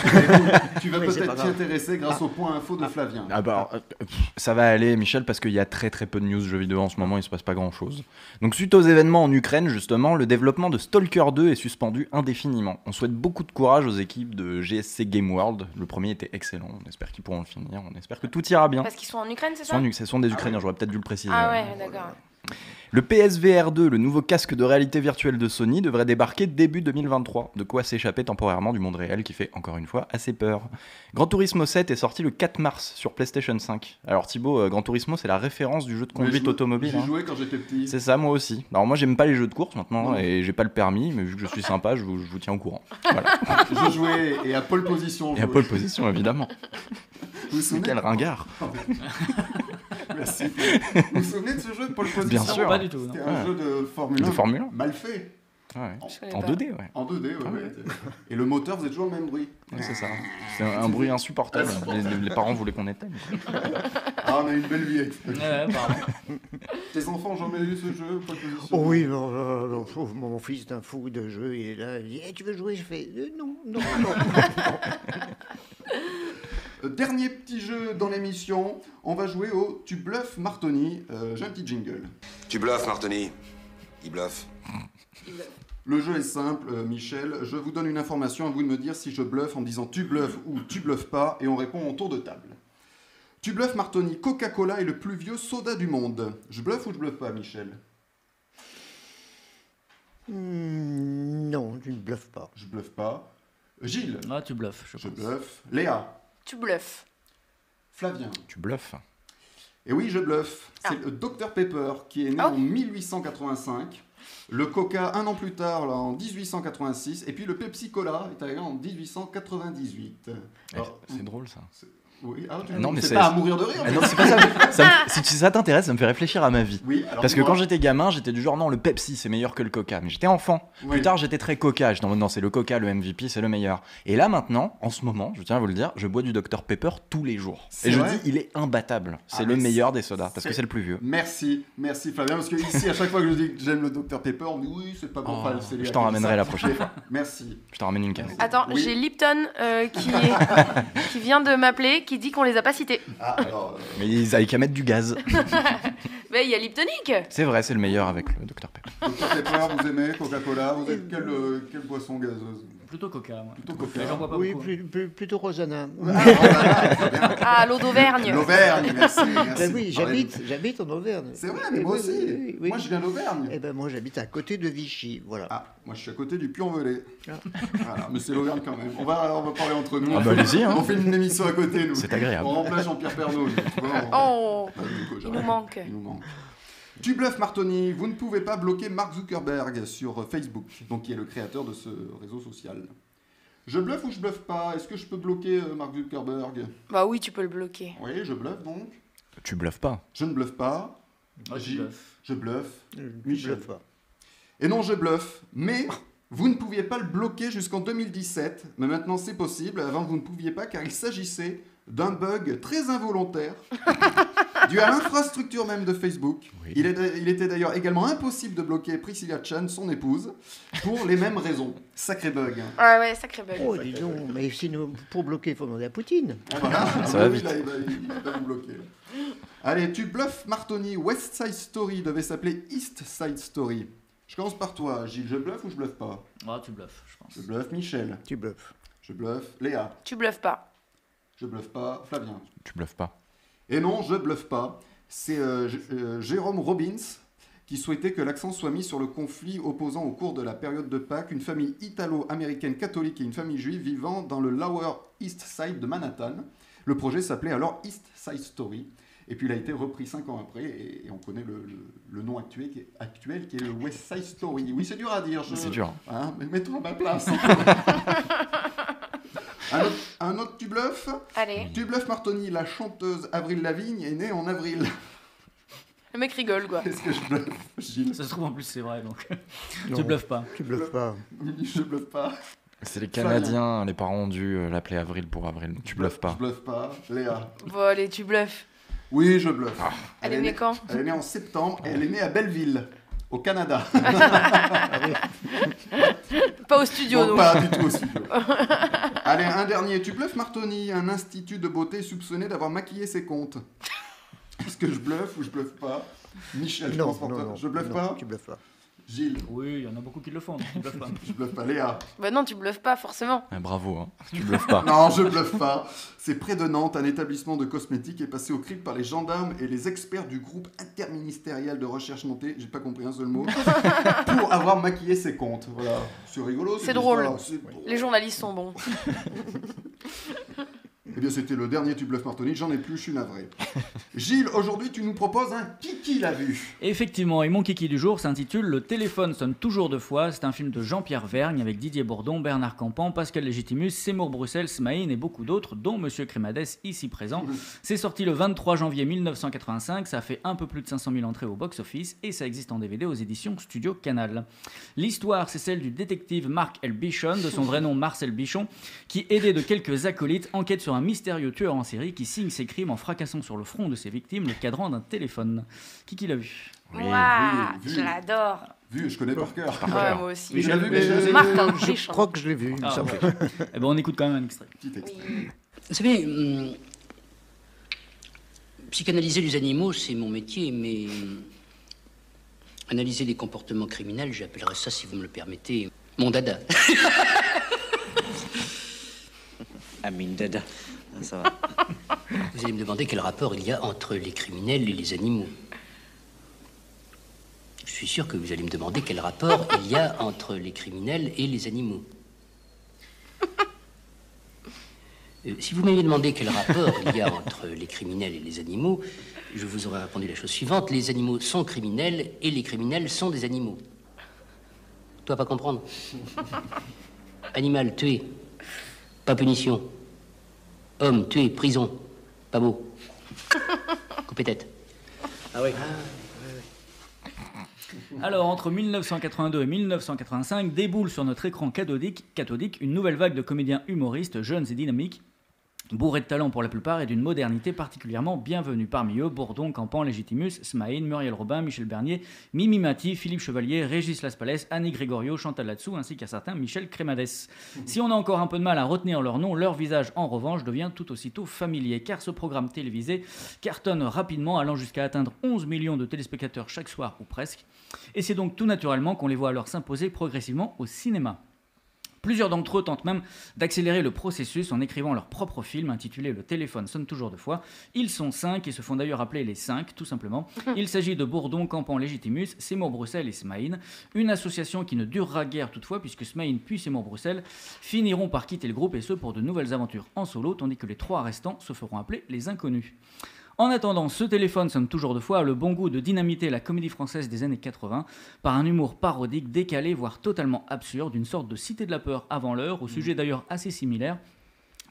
Speaker 2: tu vas
Speaker 6: Oui, c'est pas
Speaker 2: peut-être t'y
Speaker 6: grave.
Speaker 2: intéresser grâce
Speaker 6: Ah.
Speaker 2: au point info de Flavien.
Speaker 3: Ah bah, euh, pff, ça va aller, Michel, parce qu'il y a très très peu de news jeux vidéo en ce moment, il se passe pas grand chose. Donc, suite aux événements en Ukraine, justement, le développement de Stalker 2 est suspendu indéfiniment. On souhaite beaucoup de courage aux équipes de GSC Game World. Le premier était excellent, on espère qu'ils pourront le finir, on espère que tout ira bien.
Speaker 5: Parce qu'ils sont en Ukraine, c'est
Speaker 3: Ce
Speaker 5: ça
Speaker 3: sont, du- ce sont des Ukrainiens, j'aurais peut-être dû le préciser.
Speaker 5: Ah ouais, d'accord.
Speaker 3: Le PSVR 2, le nouveau casque de réalité virtuelle de Sony, devrait débarquer début 2023, de quoi s'échapper temporairement du monde réel qui fait encore une fois assez peur. Gran Turismo 7 est sorti le 4 mars sur PlayStation 5. Alors Thibaut, euh, Gran Turismo c'est la référence du jeu de
Speaker 2: Mais
Speaker 3: conduite
Speaker 2: je-
Speaker 3: automobile.
Speaker 2: J'y
Speaker 3: hein.
Speaker 2: jouais quand j'étais petit.
Speaker 3: C'est ça, moi aussi. Alors moi j'aime pas les jeux de course maintenant
Speaker 2: Non.
Speaker 3: et j'ai pas le permis, mais vu que je suis sympa, je vous, je vous tiens au courant.
Speaker 2: (laughs) je jouais et à pole position.
Speaker 3: Et à
Speaker 2: je-
Speaker 3: pole position évidemment.
Speaker 2: Vous vous souvenez
Speaker 3: Quel
Speaker 2: (laughs)
Speaker 3: ringard.
Speaker 2: Merci. Vous vous souvenez de ce jeu de pole position
Speaker 3: Bien sûr.
Speaker 2: C'était un
Speaker 3: Ouais.
Speaker 2: jeu de Formule 1.
Speaker 3: De Formule 1.
Speaker 2: Mal fait.
Speaker 3: Ouais.
Speaker 5: Je connais
Speaker 3: En
Speaker 5: pas.
Speaker 3: 2D, ouais.
Speaker 2: En 2D, ouais,
Speaker 3: Ah
Speaker 2: ouais. Et le moteur faisait toujours le même bruit.
Speaker 3: Ouais, c'est ça. C'est un, un bruit insupportable. Les, les- les parents voulaient qu'on éteigne.
Speaker 2: Ah, on a une belle vie avec
Speaker 4: Ouais, ouais, pardon.
Speaker 2: (laughs) Tes enfants ont jamais eu ce jeu pas de position.
Speaker 6: Oh oui, non, non, non, oh, mon, mon fils est un fou de jeu, il est là, il dit Eh, Tu veux jouer Je fais Euh, Non,
Speaker 2: (laughs)
Speaker 6: non, non.
Speaker 2: Euh, Dernier petit jeu dans l'émission, on va jouer au Tu bluffes Martoni. Euh, J'ai un petit jingle.
Speaker 14: Tu bluffes, Martoni. Il bluffe.
Speaker 2: Le jeu est simple, euh, Michel. Je vous donne une information à vous de me dire si je bluffe en me disant tu bluffes ou tu bluffes pas, et on répond en tour de table. Tu bluffes, Martoni. Coca-Cola est le plus vieux soda du monde. Je bluffe ou je bluffe pas, Michel
Speaker 6: Hmm, Non, tu ne bluffes pas.
Speaker 2: Je bluffe pas. Gilles
Speaker 4: Ah, tu bluffes, je,
Speaker 2: bluffe. Léa
Speaker 5: Tu bluffes.
Speaker 2: Flavien
Speaker 3: Tu bluffes.
Speaker 2: Et oui, je bluffe. C'est
Speaker 5: Ah.
Speaker 2: le Dr Pepper qui est né en 1885. Le Coca un an plus tard, là, en 1886. Et puis le Pepsi Cola est arrivé en 1898. Alors,
Speaker 3: Eh, C'est drôle ça.
Speaker 2: oui, ah, tu-
Speaker 3: Ah Non, mais
Speaker 2: c'est Ah,
Speaker 3: c'est
Speaker 2: pas à mourir de rire.
Speaker 3: Ah non, c'est
Speaker 2: (laughs)
Speaker 3: pas ça. Ça me- Si tu- ça t'intéresse, ça me fait réfléchir à ma vie.
Speaker 2: Oui, alors
Speaker 3: Parce que
Speaker 2: moi-
Speaker 3: quand j'étais gamin, j'étais du genre non, le Pepsi c'est meilleur que le Coca. Mais j'étais enfant.
Speaker 2: Oui.
Speaker 3: Plus tard, j'étais très Coca. J'étais en mode non, c'est le Coca, le MVP, c'est le meilleur. Et là maintenant, en ce moment, je tiens à vous le dire, je bois du Dr Pepper tous les jours.
Speaker 2: C'est
Speaker 3: Et je
Speaker 2: vrai
Speaker 3: dis, il est imbattable. C'est
Speaker 2: Ah,
Speaker 3: le
Speaker 2: mais
Speaker 3: meilleur des sodas parce
Speaker 2: c'est-
Speaker 3: que c'est le plus vieux.
Speaker 2: Merci, merci Flavien, parce que ici, à chaque fois que je dis que j'aime le Dr Pepper, on me dit oui, c'est pas bon.
Speaker 3: Oh,
Speaker 2: enfin, c'est
Speaker 3: je
Speaker 2: Léa
Speaker 3: t'en
Speaker 2: qui dit
Speaker 3: ramènerai
Speaker 2: ça. (laughs)
Speaker 3: la prochaine fois.
Speaker 2: Merci.
Speaker 3: Je t'en ramène une canne.
Speaker 5: Attends,
Speaker 2: Oui.
Speaker 5: j'ai Lipton euh, qui,
Speaker 2: (laughs)
Speaker 5: est- qui vient de m'appeler, qui dit qu'on les a pas cités.
Speaker 2: Ah, alors, euh,
Speaker 3: Mais ils avaient qu'à mettre du gaz.
Speaker 5: (laughs) Mais il y a Liptonic
Speaker 3: C'est vrai, c'est le meilleur avec le Dr Pepper.
Speaker 2: Dr Pepper, vous aimez Coca-Cola, vous êtes quelle, euh, quelle boisson gazeuse
Speaker 4: Plutôt Coca, moi.
Speaker 2: Plutôt Coca.
Speaker 4: Mais j'en bois pas
Speaker 6: Oui,
Speaker 4: beaucoup. hein.
Speaker 6: plus- plus- plutôt Rosanna. (laughs)
Speaker 5: Ah, l'eau d'Auvergne.
Speaker 2: L'Auvergne, merci.
Speaker 6: Ben
Speaker 2: merci.
Speaker 6: oui, j'habite, j'habite en Auvergne. ben
Speaker 2: C'est vrai, mais moi aussi. Moi, je viens d'Auvergne.
Speaker 6: Eh ben moi, j'habite à côté de Vichy, voilà. Ah.
Speaker 2: Ah, moi, je suis à côté du Puy-en-Velay.
Speaker 6: (laughs)
Speaker 2: Voilà, mais c'est l'Auvergne quand même. On va, on va parler entre nous.
Speaker 3: Ah bah, allez-y, hein.
Speaker 2: On fait une émission à côté, nous.
Speaker 3: C'est agréable.
Speaker 2: On remplace Jean-Pierre Pernaut. nous, tu vois, on-
Speaker 5: Oh,
Speaker 2: Ah, du coup,
Speaker 5: il
Speaker 2: j'arrête.
Speaker 5: nous manque.
Speaker 2: Il nous manque. Tu bluffes, Martoni. Vous ne pouvez pas bloquer Mark Zuckerberg sur euh, Facebook, donc qui est le créateur de ce réseau social. Je bluffe ou je bluffe pas Est-ce que je peux bloquer euh, Mark Zuckerberg
Speaker 5: Bah oui, tu peux le bloquer.
Speaker 2: Oui, je bluffe donc.
Speaker 3: Tu bluffes pas.
Speaker 2: Je ne bluffe pas.
Speaker 4: Ah, tu
Speaker 2: J-
Speaker 4: bluffes.
Speaker 2: Je bluffe.
Speaker 6: Je ne
Speaker 2: Michel.
Speaker 6: bluffe pas.
Speaker 2: Et non, je bluffe. Mais vous ne pouviez pas le bloquer jusqu'en 2017. Mais maintenant, c'est possible. Avant, vous ne pouviez pas car il s'agissait d'un bug très
Speaker 6: (laughs)
Speaker 2: involontaire dû à l'infrastructure même de Facebook. Il, est- il était d'ailleurs également impossible de bloquer Priscilla Chan, son épouse, pour les mêmes raisons. Sacré bug. hein.
Speaker 5: Ah ouais, sacré bug.
Speaker 6: Oh, dis donc, mais sinon, pour bloquer, il faut demander à Poutine.
Speaker 2: Ah, voilà. Ah,
Speaker 3: Ça va
Speaker 2: oui,
Speaker 3: vite.
Speaker 2: là, il va, il va vous bloquer. là. Allez, tu bluffes, Martoni. West Side Story devait s'appeler East Side Story. Je commence par toi, Gilles. Je bluffe ou je bluffe pas
Speaker 4: Ah, tu bluffes, je pense.
Speaker 2: Je bluffe, Michel.
Speaker 6: Tu bluffes.
Speaker 2: Je bluffe, Léa.
Speaker 5: Tu bluffes pas.
Speaker 2: Je bluffe pas, Flavien.
Speaker 3: Tu bluffes pas.
Speaker 2: Et non, je bluffe pas. C'est euh, J- euh, Jérôme Robbins qui souhaitait que l'accent soit mis sur le conflit opposant au cours de la période de Pâques une famille italo-américaine catholique et une famille juive vivant dans le Lower East Side de Manhattan. Le projet s'appelait alors East Side Story. Et puis il a été repris cinq ans après et, et on connaît le, le- le nom actuel qui, est, actuel qui est le West Side Story. Oui, c'est dur à dire. je-
Speaker 3: C'est dur.
Speaker 2: Hein, mais mets-toi à
Speaker 3: (laughs)
Speaker 2: ma place. un, autre, un autre tu bluffes
Speaker 5: Allez,
Speaker 2: tu bluffes Martoni, la chanteuse Avril Lavigne est née en avril.
Speaker 5: le mec rigole, quoi.
Speaker 2: Est-ce que je bluffe, Gilles
Speaker 4: Ça se trouve en plus, c'est vrai, donc.
Speaker 6: Non.
Speaker 4: tu bluffes pas.
Speaker 6: Tu bluffes pas.
Speaker 2: Je bluffe pas.
Speaker 3: C'est les
Speaker 2: Flavien.
Speaker 3: Canadiens, les parents ont dû euh, l'appeler Avril pour Avril. Tu bluffes pas.
Speaker 2: Je bluffe pas. Léa.
Speaker 5: Bon, allez, tu bluffes.
Speaker 2: Oui, je bluffe.
Speaker 4: Ah.
Speaker 5: Elle est née quand
Speaker 2: Elle est née en septembre et elle est née à Belleville, au Canada.
Speaker 5: (laughs)
Speaker 2: (laughs)
Speaker 5: Pas au studio,
Speaker 2: Donc,
Speaker 5: donc.
Speaker 2: pas du tout au studio. (laughs) Allez, un dernier. Tu bluffes Martoni, un institut de beauté soupçonné d'avoir maquillé ses comptes. Est-ce que je bluffe ou je bluffe pas Michel, je
Speaker 6: Non,
Speaker 2: pense pour
Speaker 6: non,
Speaker 2: toi.
Speaker 6: non,
Speaker 2: je bluffe
Speaker 6: non,
Speaker 2: pas
Speaker 6: Tu bluffes pas.
Speaker 2: Gilles,
Speaker 4: Oui, il y en a beaucoup qui le font, donc tu bluffes pas.
Speaker 2: (laughs) je bluffe pas. Léa.
Speaker 5: Bah non, tu bluffes pas, forcément.
Speaker 3: Ah, bravo, hein. (laughs) tu bluffes pas.
Speaker 2: Non, je bluffe pas. C'est près de Nantes, un établissement de cosmétiques est passé au crible par les gendarmes et les experts du groupe interministériel de recherche nantais, j'ai pas compris un seul
Speaker 6: (laughs)
Speaker 2: mot, pour avoir maquillé ses comptes. Voilà, Oh, c'est rigolo.
Speaker 5: C'est
Speaker 2: cette
Speaker 5: drôle.
Speaker 2: (laughs) histoire, c'est drôle.
Speaker 5: Les journalistes sont bons.
Speaker 2: Eh bien, c'était le dernier Tu bluffes Martoni, j'en ai plus, je suis
Speaker 6: (laughs)
Speaker 2: navré. Gilles, aujourd'hui, tu nous proposes un Kiki la vue.
Speaker 4: Effectivement, et mon kiki du jour s'intitule Le téléphone sonne toujours deux fois. C'est un film de Jean-Pierre Vergne avec Didier Bourdon, Bernard Campan, Pascal Légitimus, Seymour Bruxelles, Smaïn et beaucoup d'autres, dont Monsieur Crémades ici présent. C'est sorti le 23 janvier 1985, ça a fait un peu plus de 500 000 entrées au box-office et ça existe en DVD aux éditions Studio Canal. L'histoire, c'est celle du détective Marc El Bichon, de son vrai nom Marcel Bichon, qui, aidé de quelques acolytes, enquête sur un mystérieux tueur en série qui signe ses crimes en fracassant sur le front de ses victimes le cadran d'un téléphone. Qui qui l'a vu
Speaker 5: Waouh,
Speaker 2: vu, vu.
Speaker 5: je l'adore.
Speaker 2: Vu, je connais par cœur.
Speaker 5: Ouais, moi aussi.
Speaker 2: Oui, je l'ai vu, mais je-
Speaker 5: Martin
Speaker 2: je-
Speaker 5: Bichon.
Speaker 12: crois que je l'ai vu.
Speaker 4: Ah,
Speaker 12: ça me
Speaker 4: ouais.
Speaker 12: fait.
Speaker 4: Eh ben, on écoute quand même un extrait.
Speaker 15: Vous savez, hum, psychanalyser les animaux, c'est mon métier, mais hum, analyser les comportements criminels, j'appellerais ça, si vous me le permettez, mon dada. (laughs) Amine dada. Ah, Ça va. (laughs) Vous allez me demander quel rapport il y a entre les criminels et les animaux. Je suis sûr que vous allez me demander quel rapport il y a entre les criminels et les animaux. Euh, si vous m'aviez demandé quel rapport il y a entre les criminels et les animaux, je vous aurais répondu la chose suivante. Les animaux sont criminels et les criminels sont des animaux. Toi, pas comprendre. Animal, tué. Pas punition. Homme, tué, prison. Pas beau. Coupé tête. Ah oui.
Speaker 4: Alors, entre 1982 et 1985, déboule sur notre écran cathodique, cathodique une nouvelle vague de comédiens humoristes, jeunes et dynamiques, bourrés de talent pour la plupart et d'une modernité particulièrement bienvenue. Parmi eux, Bourdon, Campan, Légitimus, Smaïn, Muriel Robin, Michel Bernier, Mimi Mati, Philippe Chevalier, Régis Laspalès, Annie Grégorio, Chantal Latsou, ainsi qu'à certains Michel Crémades. Si on a encore un peu de mal à retenir leur nom, leur visage, en revanche, devient tout aussitôt familier, car ce programme télévisé cartonne rapidement, allant jusqu'à atteindre 11 millions de téléspectateurs chaque soir, ou presque. Et c'est donc tout naturellement qu'on les voit alors s'imposer progressivement au cinéma. Plusieurs d'entre eux tentent même d'accélérer le processus en écrivant leur propre film intitulé Le téléphone sonne toujours deux fois. Ils sont cinq et se font d'ailleurs appeler les cinq, tout simplement. Il s'agit de Bourdon, Campan, Légitimus, Seymour Bruxelles et Smaïn. Une association qui ne durera guère toutefois, puisque Smaïn puis Seymour Bruxelles finiront par quitter le groupe et ce pour de nouvelles aventures en solo, tandis que les trois restants se feront appeler les inconnus. En attendant, ce téléphone sonne toujours deux fois a le bon goût de dynamiter la comédie française des années 80 par un humour parodique, décalé, voire totalement absurde, d'une sorte de cité de la peur avant l'heure, au sujet d'ailleurs assez similaire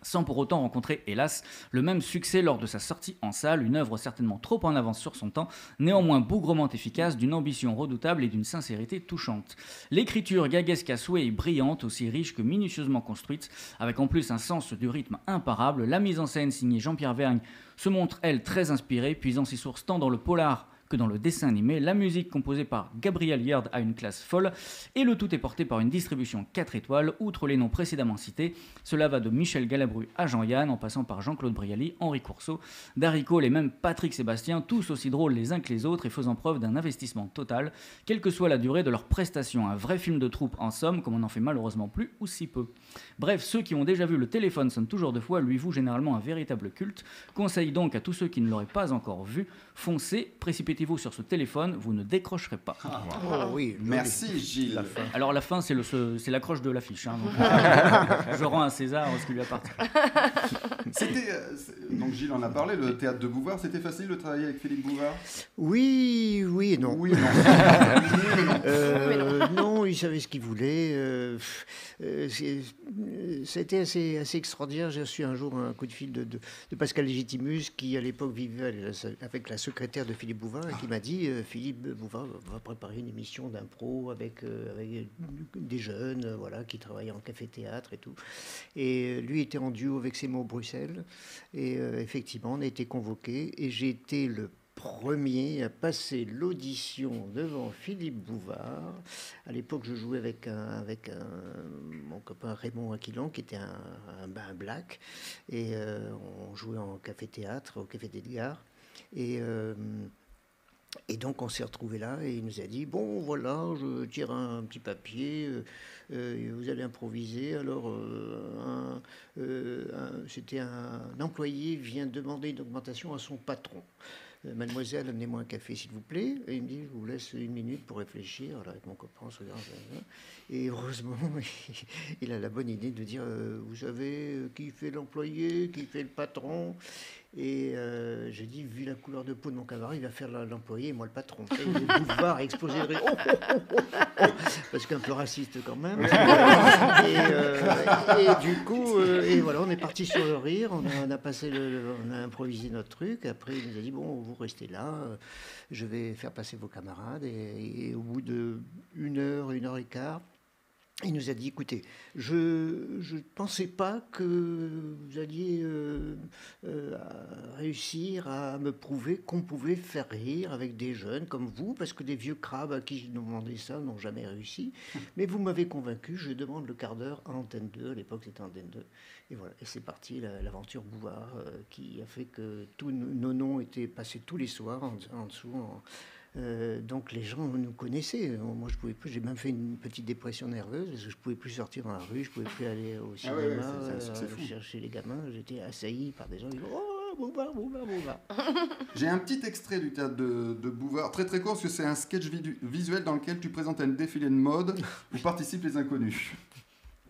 Speaker 4: sans pour autant rencontrer, hélas, le même succès lors de sa sortie en salle, une œuvre certainement trop en avance sur son temps, néanmoins bougrement efficace, d'une ambition redoutable et d'une sincérité touchante. L'écriture gaguesque à souhait est brillante, aussi riche que minutieusement construite, avec en plus un sens du rythme imparable, la mise en scène signée Jean-Pierre Vergne se montre, elle, très inspirée, puisant ses sources tant dans le polar que dans le dessin animé, la musique composée par Gabriel Yard a une classe folle, et le tout est porté par une distribution 4 étoiles, outre les noms précédemment cités. Cela va de Michel Galabru à Jean-Yann, en passant par Jean-Claude Brialy, Henri Courceau, Darry Cole et même Patrick Sébastien, tous aussi drôles les uns que les autres et faisant preuve d'un investissement total, quelle que soit la durée de leur prestation. Un vrai film de troupe, en somme, comme on n'en fait malheureusement plus ou si peu. Bref, ceux qui ont déjà vu le téléphone sonne toujours deux fois lui vouent généralement un véritable culte. Conseil donc à tous ceux qui ne l'auraient pas encore vu, foncez, précipitez-vous sur ce téléphone, vous ne décrocherez pas.
Speaker 12: Oh oui, joli.
Speaker 2: Merci, Gilles.
Speaker 4: Alors la fin, c'est le- ce- c'est l'accroche de l'affiche. hein, donc, je rends à César ce qui lui appartient.
Speaker 2: C'était, euh, c'est- donc Gilles en a parlé, le théâtre de Bouvard, c'était facile de travailler avec Philippe Bouvard
Speaker 6: Oui, oui et non. Oui, (laughs)
Speaker 2: non.
Speaker 6: Euh, non, il savait ce qu'il voulait. euh, pff, euh, c'est- euh, ça a été assez, assez extraordinaire. J'ai reçu un jour un coup de fil de, de- de Pascal Légitimus, qui à l'époque vivait avec la se- avec la secrétaire de Philippe Bouvard, et qui m'a dit euh, Philippe Bouvard va préparer une émission d'impro avec, euh, avec des jeunes euh, voilà, qui travaillent en café-théâtre et tout. Et euh, lui était en duo avec Seymour Bruxelles. Et euh, effectivement, on a été convoqués. Et j'ai été le premier à passer l'audition devant Philippe Bouvard. À l'époque, je jouais avec, un, avec un- mon copain Raymond Aquilan, qui était un, un- ben, un black, et euh, on jouait en café-théâtre, au Café d'Edgar. Et, euh, et donc, on s'est retrouvés là, et il nous a dit, bon, voilà, je tire un petit papier, euh, euh, vous allez improviser. Alors, euh, un- euh, un- c'était un employé vient demander une augmentation à son patron. Euh, Mademoiselle, amenez-moi un café, s'il vous plaît. Et il me dit, je vous laisse une minute pour réfléchir. Alors, avec mon copain, on se regarde. hein, hein. Et heureusement, (laughs) il a la bonne idée de dire, euh, vous savez, euh, qui fait l'employé, qui fait le patron et euh, j'ai dit, vu la couleur de peau de mon camarade, il va faire la- l'employé et moi le patron. Et le boulevard a explosé de rire. (laughs) Oh, oh, oh, oh, oh. Parce qu'un peu raciste quand même. et, euh, et du coup, euh, et voilà, on est parti sur le rire, on a, on a passé le- le- on a improvisé notre truc. Après, il nous a dit, bon, vous restez là, euh, je vais faire passer vos camarades. Et, et au bout de une heure, une heure et quart, il nous a dit, écoutez, je ne pensais pas que vous alliez euh, euh, à- réussir à me prouver qu'on pouvait faire rire avec des jeunes comme vous, parce que des vieux crabes à qui j'ai demandé ça n'ont jamais réussi. Mais vous m'avez convaincu, je demande le quart d'heure à Antenne 2, à l'époque c'était Antenne 2. Et voilà, et c'est parti, la- l'aventure Bouvard, euh, qui a fait que tous nos nos noms étaient passés tous les soirs en, en dessous. en- euh, donc les gens nous connaissaient. Euh, Moi, je pouvais plus. J'ai même fait une petite dépression nerveuse parce que je pouvais plus sortir dans la rue, je pouvais plus aller au
Speaker 2: Ah
Speaker 6: cinéma,
Speaker 2: ouais, ouais, c'est- c'est un succès
Speaker 6: euh,
Speaker 2: fou.
Speaker 6: chercher les gamins. J'étais assailli par des gens qui disaient, Oh, Bouvard, Bouvard, Bouvard.
Speaker 2: J'ai un petit extrait du théâtre de, de Bouvard, très très court, parce que c'est un sketch vidu- visuel dans lequel tu présentes un défilé de mode où participent les inconnus.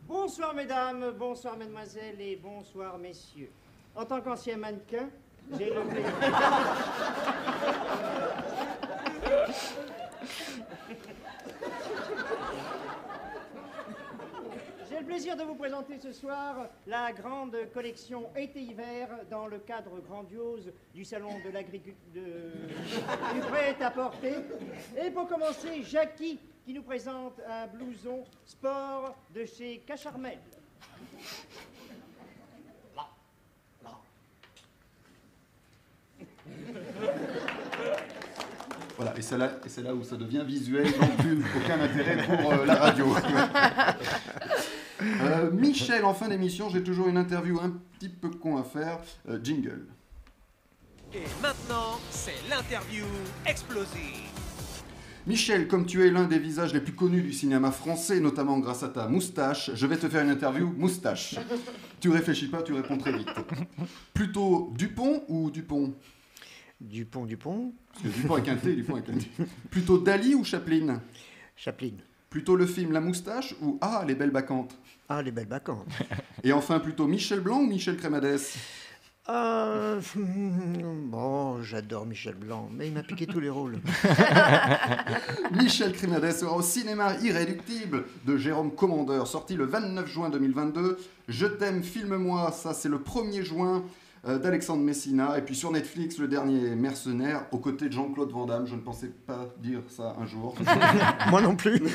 Speaker 16: Bonsoir mesdames, bonsoir mesdemoiselles et bonsoir messieurs. En tant qu'ancien mannequin, j'ai le J'ai le plaisir de vous présenter ce soir la grande collection été-hiver dans le cadre grandiose du salon de l'agriculture du prêt-à-porter. Et pour commencer, Jackie qui nous présente un blouson sport de chez Cacharmel.
Speaker 2: Voilà, et c'est là, et c'est là où ça devient visuel, donc plus aucun intérêt pour euh, la radio. Euh, Michel, en fin d'émission, j'ai toujours une interview un petit peu con à faire. Euh, jingle.
Speaker 1: Et maintenant, c'est l'interview explosive.
Speaker 2: Michel, comme tu es l'un des visages les plus connus du cinéma français, notamment grâce à ta moustache, je vais te faire une interview moustache. Tu réfléchis pas, tu réponds très vite. Plutôt Dupont ou Dupont
Speaker 6: Dupont, Dupont.
Speaker 2: Parce que Dupont avec un T, Dupont avec un T. Plutôt Dali ou Chaplin
Speaker 6: Chaplin.
Speaker 2: Plutôt le film La Moustache ou Ah, les belles bacchantes
Speaker 6: Ah, les belles bacchantes.
Speaker 2: (laughs) Et enfin, plutôt Michel Blanc ou Michel Crémades
Speaker 6: Euh, hmm, bon, j'adore Michel Blanc, mais il m'a piqué tous les
Speaker 2: (laughs)
Speaker 6: rôles.
Speaker 2: Michel Crimades sera au cinéma irréductible de Jérôme Commandeur, sorti le 29 juin 2022. Je t'aime, filme-moi, ça c'est le 1er juin euh, d'Alexandre Messina. Et puis sur Netflix, le dernier mercenaire, aux côtés de Jean-Claude Van Damme. Je ne pensais pas dire ça un jour.
Speaker 6: (laughs) Moi non plus.
Speaker 2: (laughs)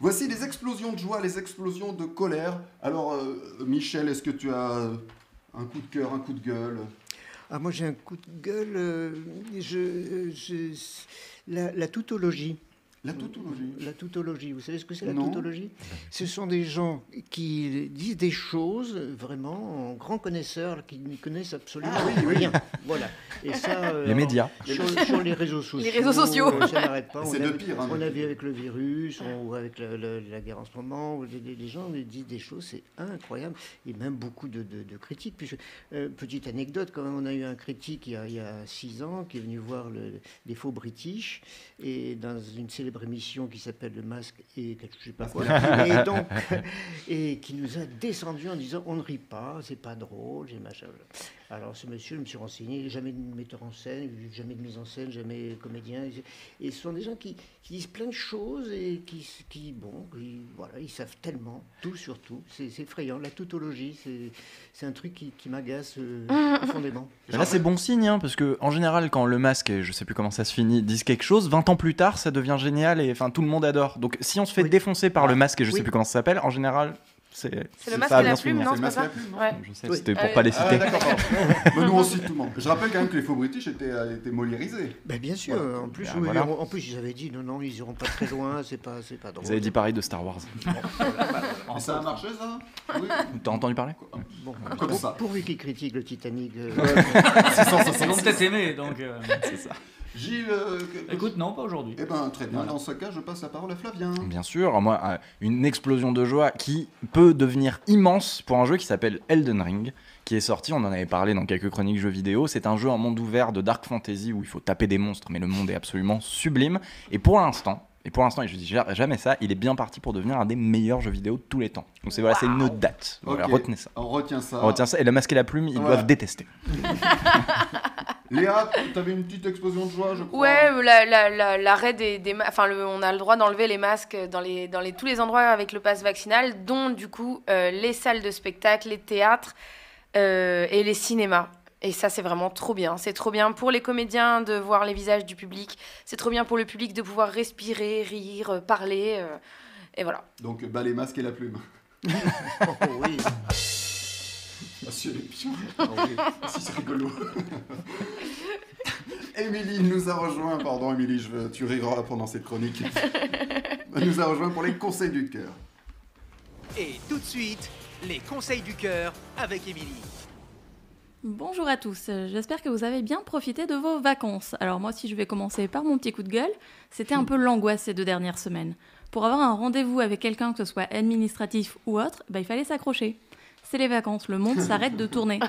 Speaker 2: Voici les explosions de joie, les explosions de colère. Alors, euh, Michel, est-ce que tu as un coup de cœur, un coup de gueule
Speaker 6: Ah, moi j'ai un coup de gueule. euh, je, euh, je- la, la toutologie.
Speaker 2: La toutologie.
Speaker 6: La toutologie. Vous savez ce que c'est la
Speaker 2: Non.
Speaker 6: toutologie Ce sont des gens qui disent des choses vraiment en grands connaisseurs, qui ne connaissent absolument
Speaker 2: Ah
Speaker 6: rien. Voilà. Et ça. euh,
Speaker 3: Les médias.
Speaker 6: Sur, sur les réseaux sociaux.
Speaker 5: Les réseaux sociaux.
Speaker 6: euh, ça n'arrête pas.
Speaker 2: C'est
Speaker 6: On a
Speaker 2: de
Speaker 6: vu-
Speaker 2: pire, hein,
Speaker 6: on a
Speaker 2: mais-
Speaker 6: vu avec le virus, on- ou avec la, la- la guerre en ce moment, où les, les- les gens disent des choses, c'est incroyable, et même beaucoup de, de- de critiques. puisque, euh, petite anecdote, quand on a eu un critique il y a, il y a six ans, qui est venu voir le, les faux british, et dans une célèbre émission qui s'appelle Le Masque et quelque- je sais pas quoi, et donc, et qui nous a descendu en disant on ne rit pas, c'est pas drôle, et machin. Alors ce monsieur, je me suis renseigné, il est jamais de metteur en scène, jamais de mise en scène, jamais comédien. Et ce sont des gens qui, qui disent plein de choses et qui, s- qui bon, qui- voilà, ils savent tellement, tout sur tout. C'est c'est effrayant. La toutologie, c'est c'est un truc qui, qui m'agace euh, profondément.
Speaker 3: Mais là, c'est bon signe, hein, parce que en général, quand le masque, et je sais plus comment ça se finit, disent quelque chose, 20 ans plus tard, ça devient génial et enfin tout le monde adore. Donc, si on se fait défoncer par le masque et je
Speaker 6: Oui.
Speaker 3: sais plus comment ça s'appelle, en général, c'est.
Speaker 5: Ah, C'est
Speaker 3: ça
Speaker 5: le masque
Speaker 3: va
Speaker 5: et la
Speaker 3: bien
Speaker 5: plume,
Speaker 3: finir.
Speaker 5: non C'est le masque et la plume, non Ouais.
Speaker 3: Je sais,
Speaker 5: Oui.
Speaker 3: c'était
Speaker 5: Ah
Speaker 3: pour
Speaker 5: oui.
Speaker 3: pas les
Speaker 5: Ah,
Speaker 3: citer.
Speaker 2: d'accord, pardon. (laughs) Mais nous, on cite tout le monde. Je rappelle quand même que les faux british étaient, euh,
Speaker 4: (laughs)
Speaker 2: étaient moliarisés.
Speaker 6: Ben, bien sûr,
Speaker 2: Voilà.
Speaker 6: en, plus,
Speaker 2: Ben,
Speaker 6: oui,
Speaker 2: voilà.
Speaker 6: en- en plus, ils avaient dit non, non, ils iront pas très loin, c'est pas, c'est pas drôle.
Speaker 3: Vous
Speaker 6: (laughs)
Speaker 3: avez dit pareil de Star
Speaker 2: (laughs)
Speaker 3: Wars.
Speaker 2: Et ça a marché, ça
Speaker 4: (laughs)
Speaker 2: Oui.
Speaker 3: T'as entendu parler
Speaker 6: Bon,
Speaker 3: Comme
Speaker 6: pour-
Speaker 3: Ah, ça.
Speaker 6: (laughs) Pourvu qu'ils critiquent le Titanic. euh,
Speaker 3: Ouais.
Speaker 4: Ils l'ont peut-être aimé, donc. euh,
Speaker 3: C'est ça.
Speaker 2: Gilles. euh, que-
Speaker 4: Écoute, non, pas aujourd'hui.
Speaker 2: Eh ben, très bien. Dans ce cas, je passe la parole à Flavien.
Speaker 3: Bien sûr, moi, euh, une explosion de joie qui peut devenir immense pour un jeu qui s'appelle Elden Ring, qui est sorti, on en avait parlé dans quelques chroniques jeux vidéo, c'est un jeu en monde ouvert de Dark Fantasy où il faut taper des monstres, mais le monde est absolument sublime, et pour l'instant, et pour l'instant, et je dis ja- jamais ça, il est bien parti pour devenir un des meilleurs jeux vidéo de tous les temps. Donc c'est voilà, c'est une date. Voilà,
Speaker 2: Ok,
Speaker 3: retenez ça.
Speaker 2: On retient ça.
Speaker 3: On retient ça, et la masque et la plume, ils
Speaker 2: Voilà.
Speaker 3: doivent détester.
Speaker 2: Léa, t'avais une petite explosion de joie, je crois.
Speaker 5: Ouais, euh, la- la- la- l'arrêt des, des ma- enfin le- on a le droit d'enlever les masques dans les dans les tous les endroits avec le pass vaccinal, dont du coup euh, les salles de spectacle, les théâtres euh, et les cinémas. Et ça, c'est vraiment trop bien. C'est trop bien pour les comédiens de voir les visages du public. C'est trop bien pour le public de pouvoir respirer, rire, euh, parler. euh, et voilà.
Speaker 2: Donc, bah, les masques et la plume.
Speaker 6: (laughs) Oh oui.
Speaker 2: Ah, si, elle est bien. Ah, si, c'est rigolo. (laughs) Émilie nous a rejoint. Pardon, Émilie, je- tu rigoleras pendant cette chronique. Elle nous a rejoint pour les conseils du cœur.
Speaker 1: Et tout de suite, les conseils du cœur avec Émilie.
Speaker 17: Bonjour à tous, euh, j'espère que vous avez bien profité de vos vacances. Alors moi si je vais commencer par mon petit coup de gueule, c'était un peu l'angoisse ces deux dernières semaines. Pour avoir un rendez-vous avec quelqu'un, que ce soit administratif ou autre, bah, il fallait s'accrocher. C'est les vacances, le monde s'arrête de tourner.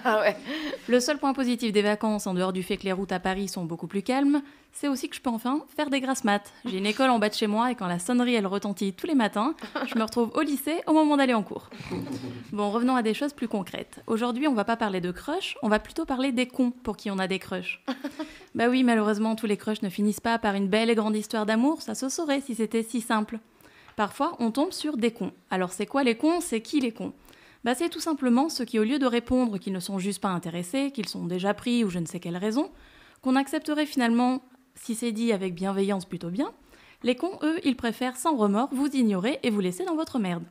Speaker 17: Le seul point positif des vacances, en dehors du fait que les routes à Paris sont beaucoup plus calmes, c'est aussi que je peux enfin faire des grasses maths. J'ai une école en bas de chez moi et quand la sonnerie elle retentit tous les matins, je me retrouve au lycée au moment d'aller en cours. Bon, revenons à des choses plus concrètes. Aujourd'hui, on va pas parler de crush, on va plutôt parler des cons pour qui on a des crushs. bah oui, malheureusement, tous les crushs ne finissent pas par une belle et grande histoire d'amour, ça se saurait si c'était si simple. Parfois, on tombe sur des cons. Alors, c'est quoi les cons C'est qui les cons bah, C'est tout simplement ceux qui, au lieu de répondre qu'ils ne sont juste pas intéressés, qu'ils sont déjà pris ou je ne sais quelle raison, qu'on accepterait finalement, si c'est dit avec bienveillance plutôt bien, les cons, eux, ils préfèrent sans remords vous ignorer et vous laisser dans votre merde.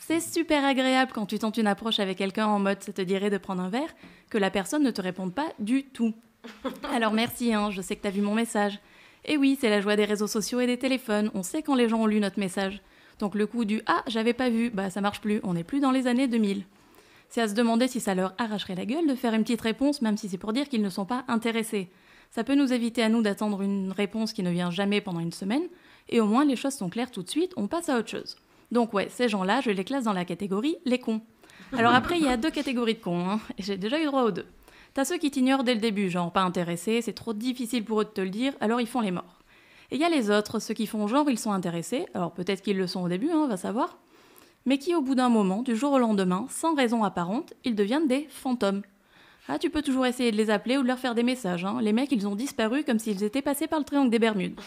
Speaker 17: C'est super agréable quand tu tentes une approche avec quelqu'un en mode ça te dirait de prendre un verre, que la personne ne te réponde pas du tout. Alors merci, hein, je sais que t'as vu mon message. Et oui, c'est la joie des réseaux sociaux et des téléphones, on sait quand les gens ont lu notre message. Donc le coup du Ah, j'avais pas vu, bah ça marche plus, on n'est plus dans les années 2000. C'est à se demander si ça leur arracherait la gueule de faire une petite réponse, même si c'est pour dire qu'ils ne sont pas intéressés. Ça peut nous éviter à nous d'attendre une réponse qui ne vient jamais pendant une semaine, et au moins les choses sont claires tout de suite, on passe à autre chose. Donc ouais, ces gens-là, je les classe dans la catégorie les cons. Alors après, il y a deux catégories de cons, hein, et j'ai déjà eu droit aux deux. T'as ceux qui t'ignorent dès le début, genre pas intéressés, c'est trop difficile pour eux de te le dire, alors ils font les morts. Et il y a les autres, ceux qui font genre ils sont intéressés, alors peut-être qu'ils le sont au début, hein, on va savoir, mais qui au bout d'un moment, du jour au lendemain, sans raison apparente, ils deviennent des fantômes. Ah, tu peux toujours essayer de les appeler ou de leur faire des messages. hein. Les mecs, ils ont disparu comme s'ils étaient passés par le triangle des Bermudes.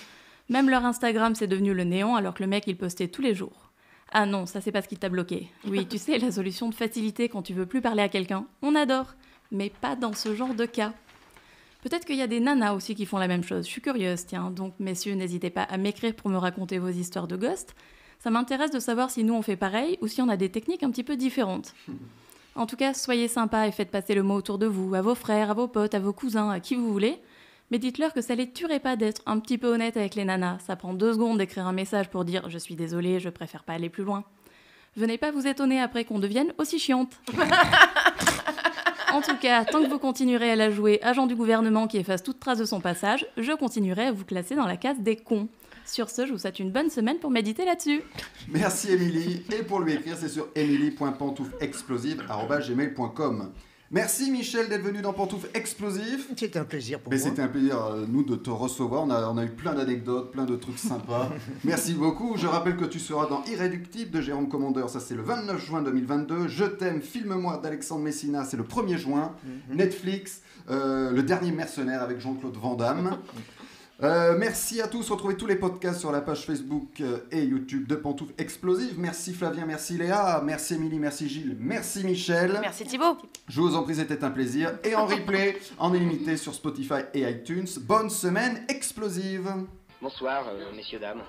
Speaker 17: Même leur Instagram, c'est devenu le néant alors que le mec, il postait tous les jours. Ah non, ça c'est parce qu'il t'a bloqué. Oui, tu sais, la solution de facilité quand tu veux plus parler à quelqu'un, on adore. Mais pas dans ce genre de cas. Peut-être qu'il y a des nanas aussi qui font la même chose. Je suis curieuse, tiens. Donc, messieurs, n'hésitez pas à m'écrire pour me raconter vos histoires de ghosts. Ça m'intéresse de savoir si nous on fait pareil ou si on a des techniques un petit peu différentes. En tout cas, soyez sympas et faites passer le mot autour de vous, à vos frères, à vos potes, à vos cousins, à qui vous voulez. Mais dites-leur que ça les tuerait pas d'être un petit peu honnête avec les nanas. Ça prend deux secondes d'écrire un message pour dire je suis désolée, je préfère pas aller plus loin. Venez pas vous étonner après qu'on devienne aussi chiante. En tout cas, tant que vous continuerez à la jouer agent du gouvernement qui efface toute trace de son passage, je continuerai à vous classer dans la case des cons. Sur ce, je vous souhaite une bonne semaine pour méditer là-dessus.
Speaker 2: Merci Émilie. Et pour lui écrire, c'est sur emily.pantouflexplosive.com. Merci Michel d'être venu dans Pantoufle Explosif.
Speaker 6: C'était un plaisir pour
Speaker 2: Mais
Speaker 6: moi.
Speaker 2: c'était un plaisir, euh, nous, de te recevoir. On a, on a eu plein d'anecdotes, plein de
Speaker 6: (laughs)
Speaker 2: trucs sympas. Merci beaucoup. Je rappelle que tu seras dans Irréductible de Jérôme Commandeur. Ça, c'est le 29 juin 2022. Je t'aime, filme-moi d'Alexandre Messina. C'est le 1er juin.
Speaker 6: Mm-hmm.
Speaker 2: Netflix, euh, Le Dernier Mercenaire avec Jean-Claude Van
Speaker 6: (laughs)
Speaker 2: Damme. Euh, merci à tous. Retrouvez tous les podcasts sur la page Facebook euh, et YouTube de Pantoufles Explosives. Merci Flavien, merci Léa, merci Émilie, merci Gilles, merci Michel.
Speaker 5: Merci Thibaut.
Speaker 2: Je vous en prie, c'était un plaisir. Et en replay, en illimité sur Spotify et iTunes. Bonne semaine explosive.
Speaker 18: Bonsoir, euh, messieurs, dames.